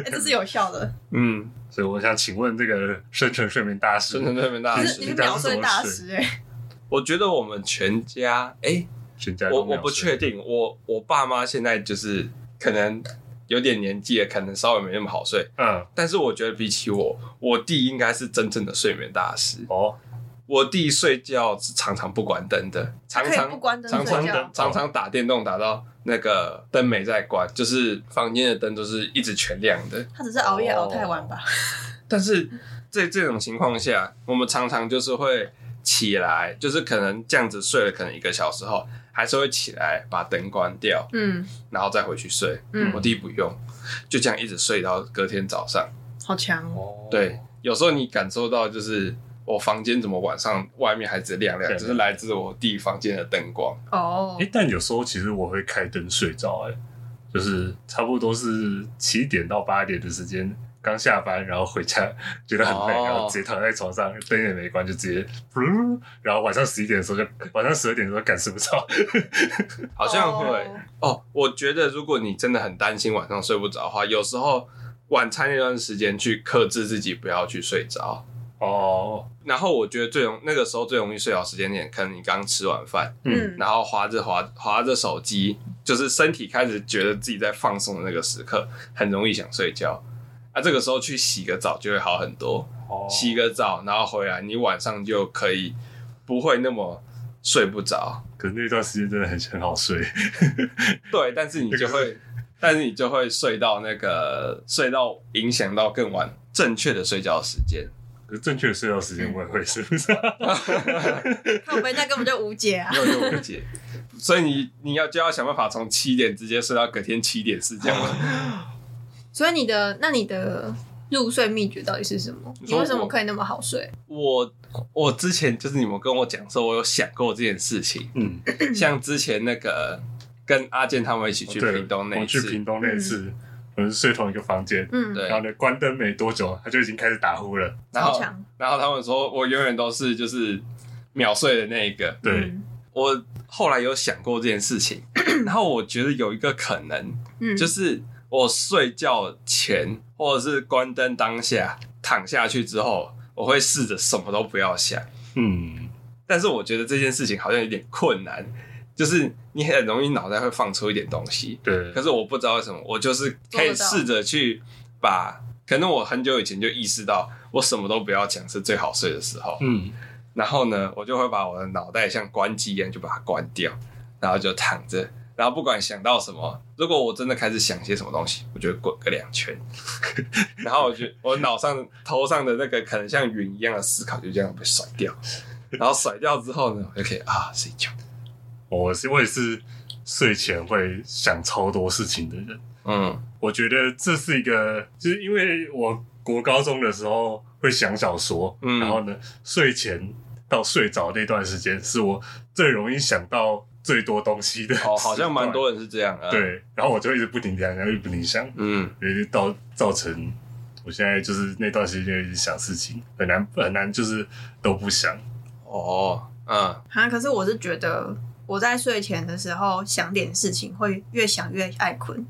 哎，这是有效的，
嗯，
所以我想请问这个深层睡眠大师
深，层睡眠大
你是
师
你，是秒睡大师哎，
我觉得我们全家，哎、
全家
我
都没
我
有
不
睡
确定，我我爸妈现在就是可能有点年纪了，可能稍微没那么好睡，
嗯
但是我觉得比起我，我弟应该是真正的睡眠大师。
哦，
我弟睡觉是常常不关灯的，常
可以
常
不关灯
常
睡
常
觉。
常常打电动打到那个灯没在关，就是房间的灯都是一直全亮的。
他只是熬夜熬太晚
哦
吧？
但是在这种情况下，我们常常就是会起来，就是可能这样子睡了可能一个小时后，还是会起来把灯关掉，
嗯
然后再回去睡。我
嗯，
弟不用，就这样一直睡到隔天早上。
好强哦！
哦
对，有时候你感受到就是我房间怎么晚上外面还是亮亮，
对
就是来自我弟房间的灯光。
哦
哎、，但有时候其实我会开灯睡着，哎，就是差不多是七点到八点的时间，刚下班，然后回家觉得很累，
哦
然后直接躺在床上，灯也没关，就直接，噗然后晚上十一点的时候就，晚上十二点的时候赶睡不着，
好像会哦我觉得如果你真的很担心晚上睡不着的话，有时候晚餐那段时间去克制自己不要去睡着。
哦，
然后我觉得最容那个时候最容易睡着时间点，可能你刚吃完饭，
嗯，
嗯，
然后划着划划着手机，就是身体开始觉得自己在放松的那个时刻，很容易想睡觉。啊，这个时候去洗个澡就会好很多，
哦，
洗个澡，然后回来，你晚上就可以不会那么睡不着。
可是那段时间真的很很好睡，
对，但是你就会，但是你就会睡到那个睡到影响到更晚正确的睡觉时间。
可是正确的睡觉时间我也会是不是？
靠背那根本就无解啊！
没有用解。所以你你要就要想办法从七点直接睡到隔天七点，是这样吗？
所以你的那你的入睡秘诀到底是什么？
你
你
说
为什么
我
可以那么好睡？
[laughs] 我我之前就是你们跟我讲说，我有想过这件事 [clears throat] 情，
嗯，
像之前那个跟阿健他们一起去
哦对
屏东那
我
一
们去屏
次，嗯
东那一次，我们是睡同一个房间，
嗯，
对
然后呢关灯没多久，他就已经开始打呼了。
然后
超强
然后他们说我永远都是就是秒睡的那一个，
对，
嗯
我后来有想过这件事情， [coughs] 然后我觉得有一个可能，
嗯，
就是我睡觉前或者是关灯当下躺下去之后，我会试着什么都不要想。
嗯，
但是我觉得这件事情好像有点困难，就是你很容易脑袋会放出一点东西，
对
可，是我不知道为什么，我就是可以试着去把，可能我很久以前就意识到，我什么都不要讲是最好睡的时候，
嗯，
然后呢，我就会把我的脑袋像关机一样就把它关掉，然后就躺着，然后不管想到什么，如果我真的开始想些什么东西，我就会滚个两圈， [laughs] 然后我就我脑上头上的那个可能像云一样的思考就这样被甩掉，然后甩掉之后呢，我就可以啊睡觉，
我是我也是睡前会想超多事情的人。
嗯
我觉得这是一个，就是因为我国高中的时候会想小说，
嗯
然后呢，睡前到睡着那段时间是我最容易想到最多东西的时段。
哦，好像蛮多人是这样啊，，
对，然后我就一直不停地想，然后一直不停地想，
嗯
也就造造成我现在就是那段时间一直想事情，很难很难，就是都不想。
哦嗯
啊，可是我是觉得我在睡前的时候想点事情，会越想越爱困，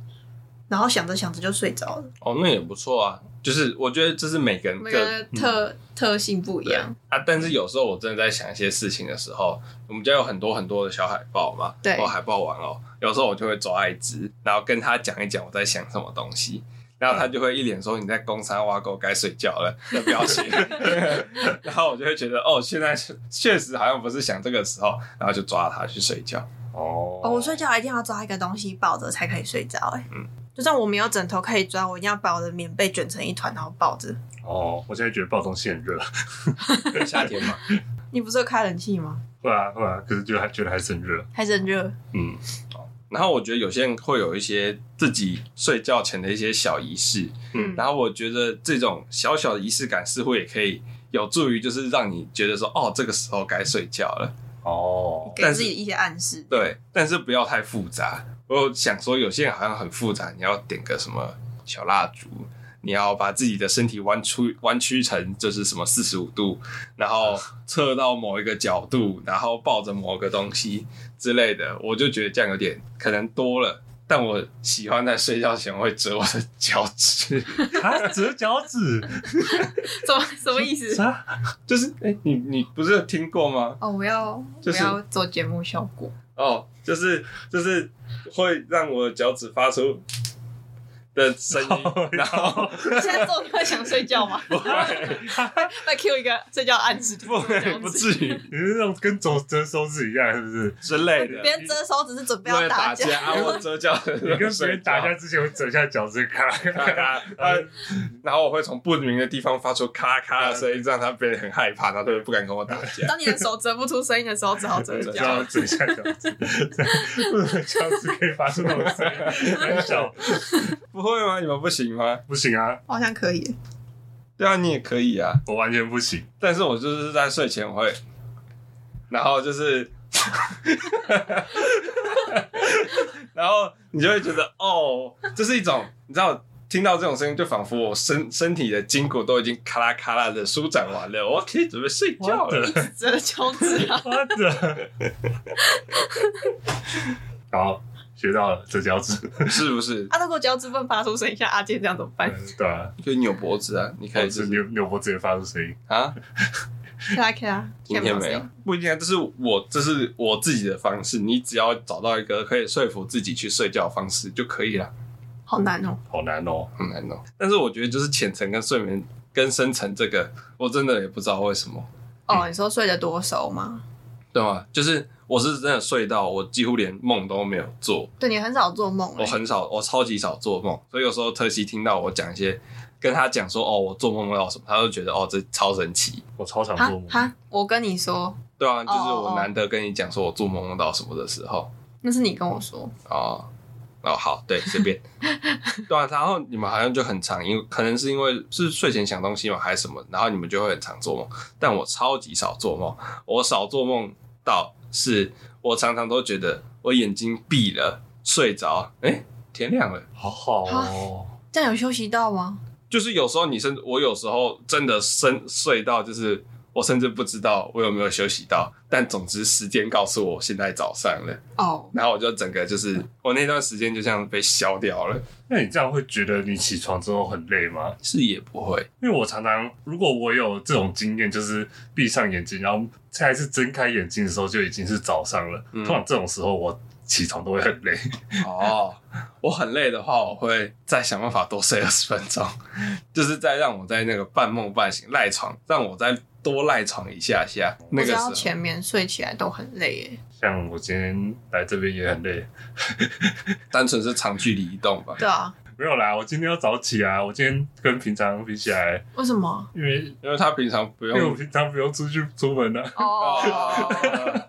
然后想着想着就睡着了。
哦那也不错啊，就是我觉得这是每个人
每个
各
人的特、特性不一
嗯对
样，
啊。但是有时候我真的在想一些事情的时候，我们家有很多很多的小海报嘛，
对
哦，海报玩哦，有时候我就会抓一只，然后跟他讲一讲我在想什么东西。然后他就会一脸说：“你在工山挖沟，该睡觉了。”的表情。 [laughs] 然后我就会觉得，哦，现在是确实好像不是想这个时候，然后就抓他去睡觉。
哦
哦，我睡觉一定要抓一个东西抱着才可以睡着、欸，哎，
嗯
就算我没有枕头可以抓，我一定要把我的棉被卷成一团，然后抱着。
哦，我现在觉得抱东西很热，
夏天嘛，
你不是有开冷气吗？
会啊会啊，可是觉得还觉得还是很热。
还是很热，
嗯，
[laughs] 然后我觉得有些人会有一些自己睡觉前的一些小仪式，
嗯
然后我觉得这种小小的仪式感似乎也可以有助于，就是让你觉得说，哦，这个时候该睡觉了，
哦，
给
但是
自己一些暗示。 [laughs]
对，但是不要太复杂。我有想说，有些人好像很复杂，你要点个什么小蜡烛，你要把自己的身体弯曲弯曲成就是什么四十五度，然后测到某一个角度，然后抱着某个东西之类的，我就觉得这样有点可能多了。但我喜欢在睡觉前会折我的脚趾，
啊，折脚趾，啊
什么什么意思？
啥？，
就是哎、你你不是有听过吗？
哦，我要、
就是
我要做节目效果，
哦，就是就是会让我的脚趾发出的声音然后
现在做你会想睡觉吗？
[laughs] 不
[laughs]
会
那 Q 一个睡觉暗示，
不会不至于啊
你是那种跟走折手指一样，是不是？
之类的，
别人折手只是准备
为
要
了打
架，
啊，
[laughs]
我折脚，
你跟别人打架。之前会折一下脚趾， [laughs] 咔
咔
咔。
咔，啊然后我会从不明的地方发出咔咔的声音，让他变得很害怕，然后他就不敢跟我打架。啊
当你的手折不出声音的时候，只好
[laughs]
折
折
然后
脚。
折一下脚趾，为什么脚趾 [laughs] 可以发出那种声音？很小，
不会吗？你们不行吗？
不行啊，
好像可以，
对啊，你也可以啊。
我完全不行。
但是我就是在睡前我会，然后就是， [laughs] 然后你就会觉得哦，这是一种你知道。听到这种声音，就仿佛我身身体的筋骨都已经咔啦咔啦的舒展完了，我可以准备睡觉了。
折脚趾啊！ [laughs]
我的， [laughs] 好，学到了折脚 [laughs] 趾，
是不是？
啊，如果脚趾不能发出声音，像阿健这样怎么办？
对啊，
就扭脖子啊，你可以
我
就是是
扭扭脖子也发出声音，
啊，
咔咔，
今天没有，不一定啊。这是我这是我自己的方式，你只要找到一个可以说服自己去睡觉的方式就可以了。
好难哦。
好难哦。
很难弄。嗯但是我觉得就是浅层跟睡眠跟深层这个，我真的也不知道为什么。
哦，你说睡得多熟吗？
对吗？就是我是真的睡到我几乎连梦都没有做，
对你很少做梦、欸，
我很少，我超级少做梦，所以有时候特西听到我讲一些。跟他讲说哦，我做梦梦到什么，他就觉得哦，这超神奇，
我超常
哈
做梦。
哈，我跟你说，
对啊，就是
哦哦
我难得跟你讲说我做梦梦到什么的时候，
那是你跟我说，
哦哦，好，对，随便，对啊，然后你们好像就很常，因为可能是因为是睡前想东西嘛，还是什么，然后你们就会很常做梦，但我超级少做梦，我少做梦到是我常常都觉得我眼睛闭了睡着，哎、天亮了。
好好哦，
这样有休息到吗？
就是有时候你甚，我有时候真的深睡到，就是我甚至不知道我有没有休息到，但总之时间告诉我现在早上了，
哦，
然后我就整个就是我那段时间就像被消掉了，
那你这样会觉得你起床之后很累吗？
是也不会，
因为我常常，如果我有这种经验，就是闭上眼睛，然后下一次睁开眼睛的时候就已经是早上了。
嗯
通常这种时候我起床都会很累，
哦，我很累的话，我会再想办法多睡二十分钟，就是再让我在那个半梦半醒赖床，让我再多赖床一下下，那
我
个时
只要
候
前面睡起来都很累耶。
像我今天来这边也很累。
单纯是长距离移动吧。
对啊，
没有啦，我今天要早起啊！我今天跟平常比起来，
为什么？
因为
因为他平常不
因为我
用，
平常不用出去出门啊，
哦，
哦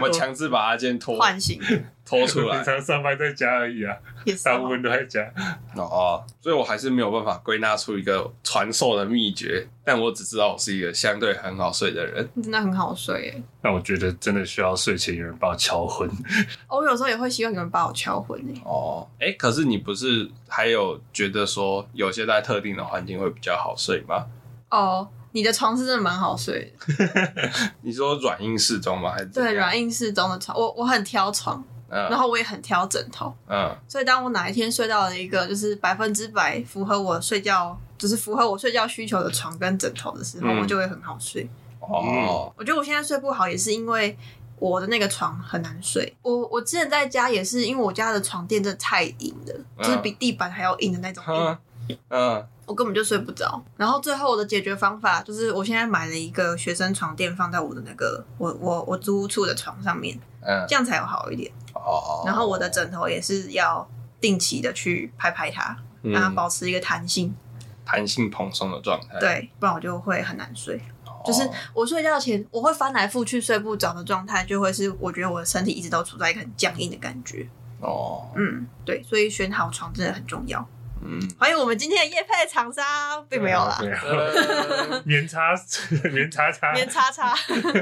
我强制把他今天拖
唤醒
拖出
我平
来
常上班在家而已啊，
也是
大
哦
部分都在家。
哦，所以我还是没有办法归纳出一个传授的秘诀，但我只知道我是一个相对很好睡的人。
真的很好睡耶。
那我觉得真的需要睡前有人把我敲昏。
哦我有时候也会希望有人把我敲昏耶。
哦，哎、可是你不是还有觉得说有些在特定的环境会比较好睡吗？
哦，你的床是真的蛮好睡的，你
你说软硬适中吗？还是怎
对
样
软硬适中的床，我我很挑床，然
嗯
后我也很挑枕头。
嗯
所以当我哪一天睡到了一个就是百分之百符合我睡觉，就是符合我睡觉需求的床跟枕头的时候，
嗯
我就会很好睡。
哦
我觉得我现在睡不好也是因为我的那个床很难睡。我我之前在家也是因为我家的床垫真的太硬了，
嗯
就是比地板还要硬的那种硬
哼嗯
我根本就睡不着。然后最后我的解决方法就是，我现在买了一个学生床垫放在我的那个我我我租屋处的床上面，
嗯
这样才有好一点。
哦，
然后我的枕头也是要定期的去拍拍它，让它
嗯
保持一个弹性，
弹性蓬松的状态，
啊对，不然我就会很难睡。
哦，
就是我睡觉前我会翻来覆去睡不着的状态，就会是我觉得我的身体一直都处在一个很僵硬的感觉。
哦
嗯，对，所以选好床真的很重要。
嗯。
欢迎我们今天的夜配厂商，并没有啦，
对啊
呃
棉叉棉叉
啊
叉。
棉
[laughs]
叉叉。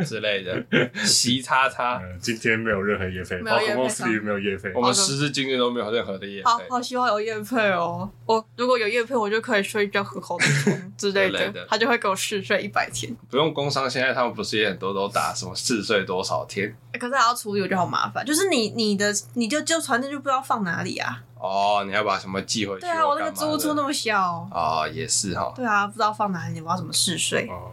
之类的，习叉叉，
嗯，今天没有任何业费，
没有
包
业哦配
括公司也没有业费
我。们时至今日都没有任何的业
好
费
好希望有乐配哦！我如果有乐配，我就可以睡一觉很好的
[laughs]
床之类
之类
的
的，
他就会给我试睡一百天。
不用工商，现在他们不是也很多都打什么四岁多少天
欸可是还要处理，我觉得好麻烦。就是你你的你就就传真就不知道放哪里啊？
哦，你要把什么寄回去？
对啊，我那
干
个
嘛
租
的
屋处那么小，
哦，也是哈，
对啊，不知道放哪里，我要怎么试睡？
哦，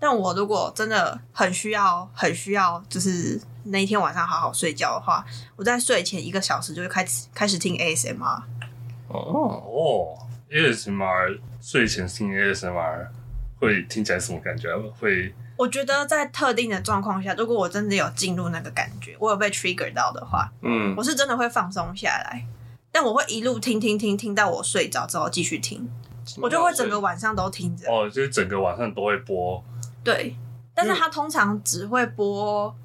但我如果真的很需要很需要，就是那一天晚上好好睡觉的话，我在睡前一个小时就会开始开始听 ASMR。
哦，
哦，ASMR 睡前听 ASMR 会听起来什么感觉啊？会
我觉得在特定的状况下，如果我真的有进入那个感觉，我有被 trigger 到的话，
嗯
我是真的会放松下来，但我会一路听听听听到我睡着之后继续听，我就会整个晚上都听着。
哦，就是整个晚上都会播。
对，但是它通常只会播，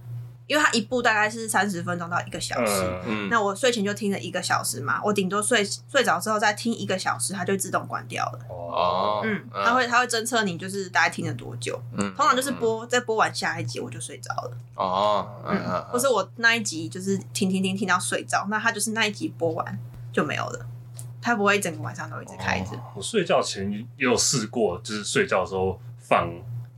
因为它一部大概是三十分钟到一个小时。
嗯，
嗯，
那我睡前就听了一个小时嘛，我顶多睡睡着之后再听一个小时，它就自动关掉了。
哦，
嗯，它会它会侦测你就是大概听了多久，
嗯，
通常就是播再播完下一集我就睡着了，
哦，嗯
嗯，
嗯
或是我那一集就是听听听听到睡着，那它就是那一集播完就没有了，它不会整个晚上都一直开着。
我睡觉前也有试过，就是睡觉的时候放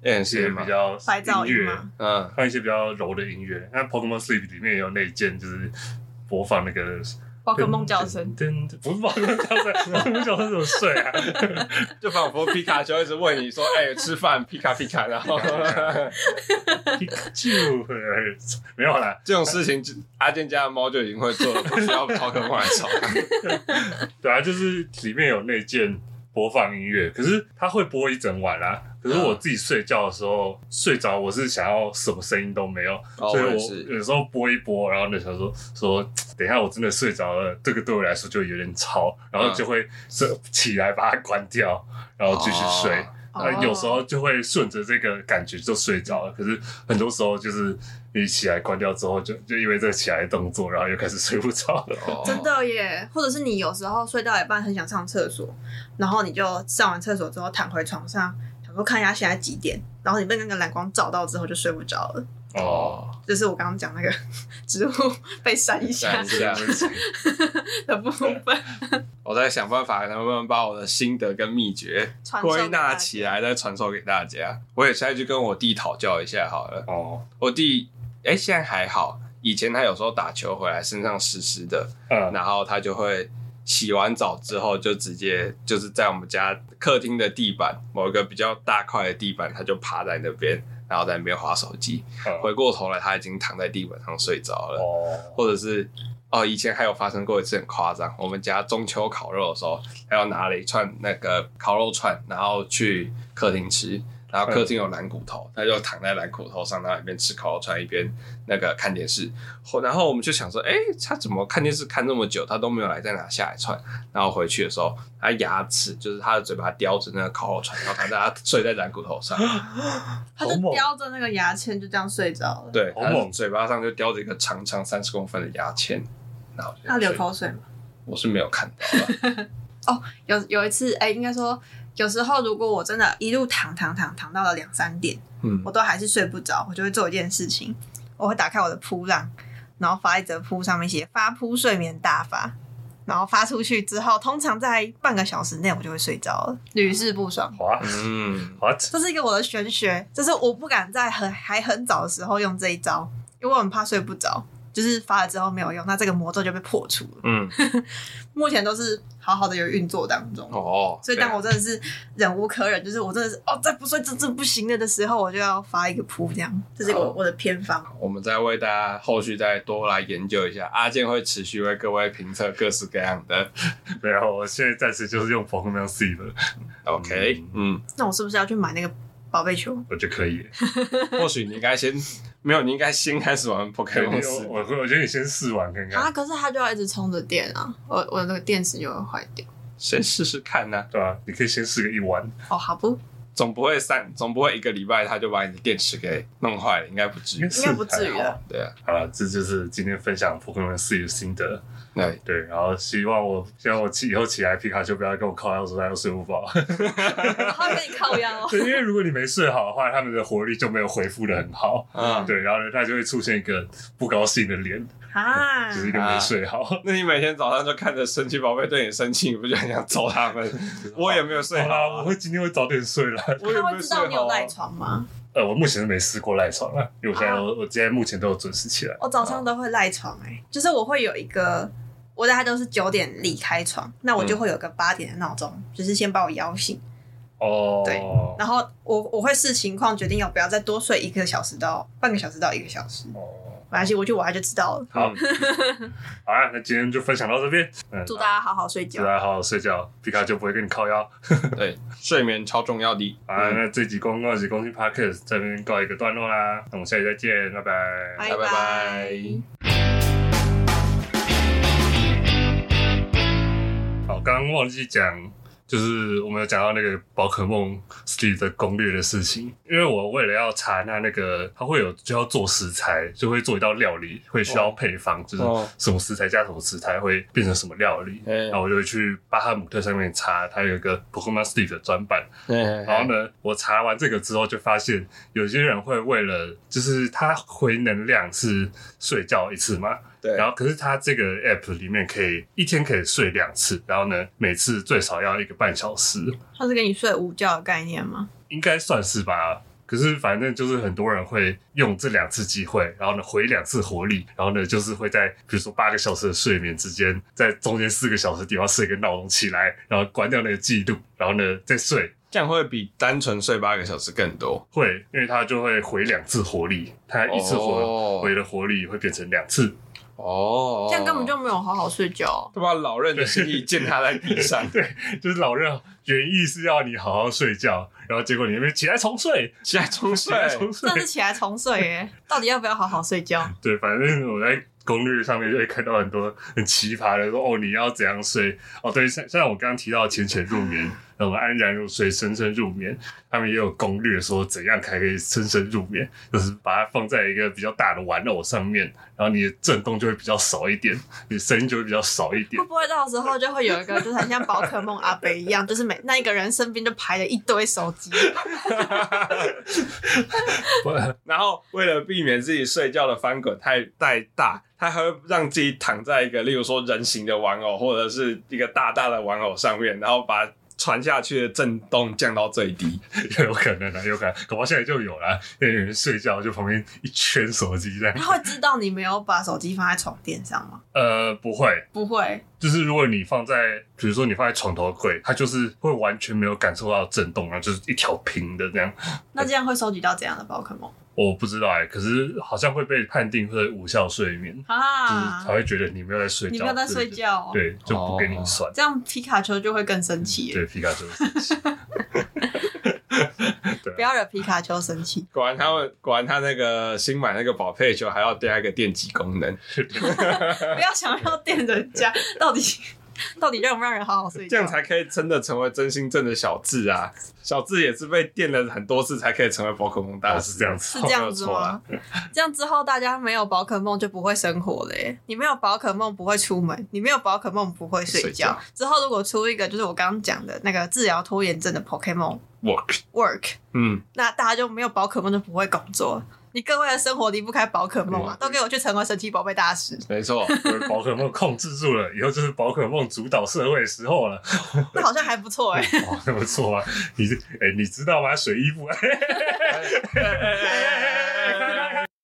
也
一些
是
比较
白噪
音
音
乐，
吗？
嗯，
放一些比较柔的音乐。那 Pokemon Sleep 里面也有那一件，就是播放那个
宝可梦叫声，
噔，噔不是宝可梦叫声，宝 [laughs] 可梦叫声怎么睡啊？
[laughs] 就仿佛皮卡丘一直问你说，哎，吃饭，皮卡皮卡，然后 [laughs]
皮卡丘，没有啦，
这种事情就，阿健家的猫就已经会做了，不需要掏空来吵。
对啊，就是里面有那件播放音乐，可是它会播一整晚啦、可是我自己睡觉的时候，睡着我是想要什么声音都没有，
[laughs] 哦
所以
我也是
我有时候播一播，然后就想说说，等一下我真的睡着了，这个对我来说就有点吵，然后就会是起来把它关掉，然后继续睡。
哦
[laughs] 呃，有时候就会顺着这个感觉就睡着了，可是很多时候就是你起来关掉之后就，就因为这个起来的动作，然后又开始睡不着了。
哦
[laughs] 真的耶，或者是你有时候睡到一半很想上厕所，然后你就上完厕所之后躺回床上，想说看一下现在几点，然后你被那个蓝光照到之后就睡不着了，
哦，
这是我刚刚讲那个 [laughs] 植物被闪一下
闪一下
的部分，
我在想办法，能不能把我的心得跟秘诀
传授给
归纳
大家
起来，再传授给大家。我也现在去跟我弟讨教一下好了。
哦，
我弟，哎、现在还好，以前他有时候打球回来身上湿湿的，
嗯，
然后他就会洗完澡之后就直接就是在我们家客厅的地板某一个比较大块的地板，他就趴在那边，然后在那边划手机。
嗯
回过头来，他已经躺在地板上睡着了，
哦，
或者是。哦，以前还有发生过一次很夸张，我们家中秋烤肉的时候，他要拿了一串那个烤肉串，然后去客厅吃，然后客厅有蓝骨头，他就躺在蓝骨头上，然后一边吃烤肉串一边那个看电视。后然后我们就想说，哎、他怎么看电视看这么久，他都没有来再拿下来串？然后回去的时候，他牙齿就是他的嘴巴叼着那个烤肉串，然后躺在他睡在蓝骨头上，
他
好
就
猛
叼着那个牙签就这样睡着了。，
对，
好
他
猛
的嘴巴上就叼着一个长长三十公分的牙签。然后就
他流口水吗？
我是没有看到啦， [laughs]
有有一次，哎、应该说有时候如果我真的一路躺躺躺躺到了两三点，
嗯
我，都还是睡不着，我就会做一件事情，我会打开我的铺浪，然后发一则铺，上面写“发铺睡眠大法”，然后发出去之后，通常在半个小时内我就会睡着了，屡试不爽。
滑
嗯，
滑，
这是一个我的玄学，就是我不敢在很还很早的时候用这一招，因为我很怕睡不着，就是发了之后没有用，那这个魔咒就被破除了。
嗯，
目前都是好好的有运作当中。
哦，
所以当我真的是忍无可忍，就是我真的是哦，再不睡这这不行了的时候，我就要发一个扑，这样，这是我
好
我的偏方。
我们再为大家后续再多来研究一下，阿健会持续为各位评测各式各样的。
没有，我现在暂时就是用 Pokemon C 的，
OK，嗯，
那我是不是要去买那个宝贝球？
我就可以了。
嗯或许你应该先没有，你应该先开始玩 [laughs] Pokemon 四
我我我觉得你先试玩看看，
啊，可是它就要一直充着电啊，我我那个电池就会坏掉。
先试试看呢、
对吧？你可以先试个一玩，
哦，好 [laughs] 不，
总不会三，总不会一个礼拜他就把你的电池给弄坏了，应该不至于。
应该不至于
了。
了。
对啊，
哦好了，这就是今天分享 Pokemon C 的心得。
对，
对，然后希望我希望我起以后起来，皮卡丘不要跟我靠腰说他要睡不饱。
它可以靠腰哦。
[laughs] 对，因为如果你没睡好的话，他们的活力就没有恢复的很好。
嗯，
对，然后呢，他就会出现一个不高兴的脸，
啊
就，是一个没睡好。 [laughs]
那你每天早上就看着神奇宝贝对你生气，你不就很想揍他 [laughs] 们？我也没有睡
好
好
啦，我
啊、
会今天会早点睡啦。
我也
它
没
会
有
知
睡
道你有
好啊
赖床吗？
呃，我目前是没试过赖床了，因为我现在、
啊
我我今天目前都有准时起来。
我早上都会赖床、欸，哎，就是我会有一个，我大概都是九点离开床，那我就会有个八点的闹钟，就是先把我摇醒。
哦，
对然后我我会视情况决定要不要再多睡一个小时到半个小时到一个小时，
哦，
没关系，我去我还就知道了。
好，
[laughs] 好啦，那今天就分享到这边。嗯，
嗯祝大家好好睡觉
祝大，家好好睡觉，皮卡丘不会跟你靠腰。
对，睡眠超重要的。
好啦，
嗯
那这集公告及公信 Podcast 这边告一个段落啦，那我们下期再见，拜拜。
拜拜拜。
好，刚刚忘记讲，就是我们有讲到那个宝可梦 Sleep 的攻略的事情，因为我为了要查它那个，它会有就要做食材，就会做一道料理，会需要配方，就是
哦
什么食材加什么食材会变成什么料理。
哎
然后我就去巴哈姆特上面查，它有一个 Pokemon Sleep 的专版，然
好
后呢，我查完这个之后，就发现有些人会为了，就是他回能量是睡觉一次嘛，
对，
然后可是他这个 app 里面可以一天可以睡两次，然后呢，每次最少要一个半小时，
他是给你睡午觉的概念吗？
应该算是吧。可是反正就是很多人会用这两次机会，然后呢回两次活力，然后呢就是会在比如说八个小时的睡眠之间，在中间四个小时的地方设一个闹钟起来，然后关掉那个记录，然后呢再睡，
这样会比单纯睡八个小时更多。
会，因为它就会回两次活力，它一次活、
哦
回的活力会变成两次。 [laughs]
哦，
这样根本就没有好好睡觉。
对吧？老任的心意践踏在地 [laughs] 上，
就是老任原意是要你好好睡觉，然后结果你那边起来重睡，
起来重
起
睡。
来重睡
真，的是起来重睡耶，到底要不要好好睡觉？
[laughs] 对，反正我在攻略上面就会看到很多很奇葩的说，哦，你要怎样睡？哦，对，像像我刚刚提到浅浅入眠，那么安然入睡、深深入眠，他们也有攻略说怎样才可以深深入眠，就是把它放在一个比较大的玩偶上面，然后你的震动就会比较少一点，你声音就会比较少一点 [laughs]
会。不会到时候就会有一个，就是很像宝可梦阿北一样，就是每那一个人身边就排了一堆手机，
然后为了避免自己睡觉的翻滚太太大，他还会让自己躺在一个，例如说人形的玩偶或者是一个大大的玩偶上面，然后把传下去的震动降到最低。
有可能啊，有可能，搞不好现在就有啦。那有人睡觉就旁边一圈手机这样。
他会知道你没有把手机放在床垫上吗？
呃，不会，
不会，
就是如果你放在，比如说你放在床头柜，它就是会完全没有感受到震动，然后啊就是一条平的这样。
那这样会收集到怎样的宝可梦
我不知道哎、可是好像会被判定会无效睡眠，就是
啊
他？会觉得你没有在睡觉，
你没有在睡觉、哦，
对，对，就不给你算。
这样皮卡丘就会更生气耶。
对，皮卡丘 [laughs] 的事情，
不要惹皮卡丘
[laughs]
生气。
果然他们果然他那个新买那个宝贝球还要加一个电击功能，
不要想要电人家， [laughs] 到底到底让不让人好好睡觉？
这样才可以真的成为真心正的小智啊！小智也是被电了很多次才可以成为宝可梦大
哦
师，
是这样子
是这样子
错啊了
吗？ [laughs] 这样之后大家没有宝可梦就不会生活了耶。你没有宝可梦不会出门，你没有宝可梦不会睡
睡
觉
觉。
之后如果出一个就是我刚刚讲的那个治疗拖延症的 Pokemon
work，
Work，
嗯，
那大家就没有宝可梦就不会工作。你各位的生活离不开宝可梦啊！
Work
都给我去成为神奇宝贝大师，
没错，
被宝可梦控制住了，以后就是宝可梦主导社会的时候了。
那好像还不错哎、
哦，那不错啊！你哎、你知道吗？水衣服，哎、
哎哎哎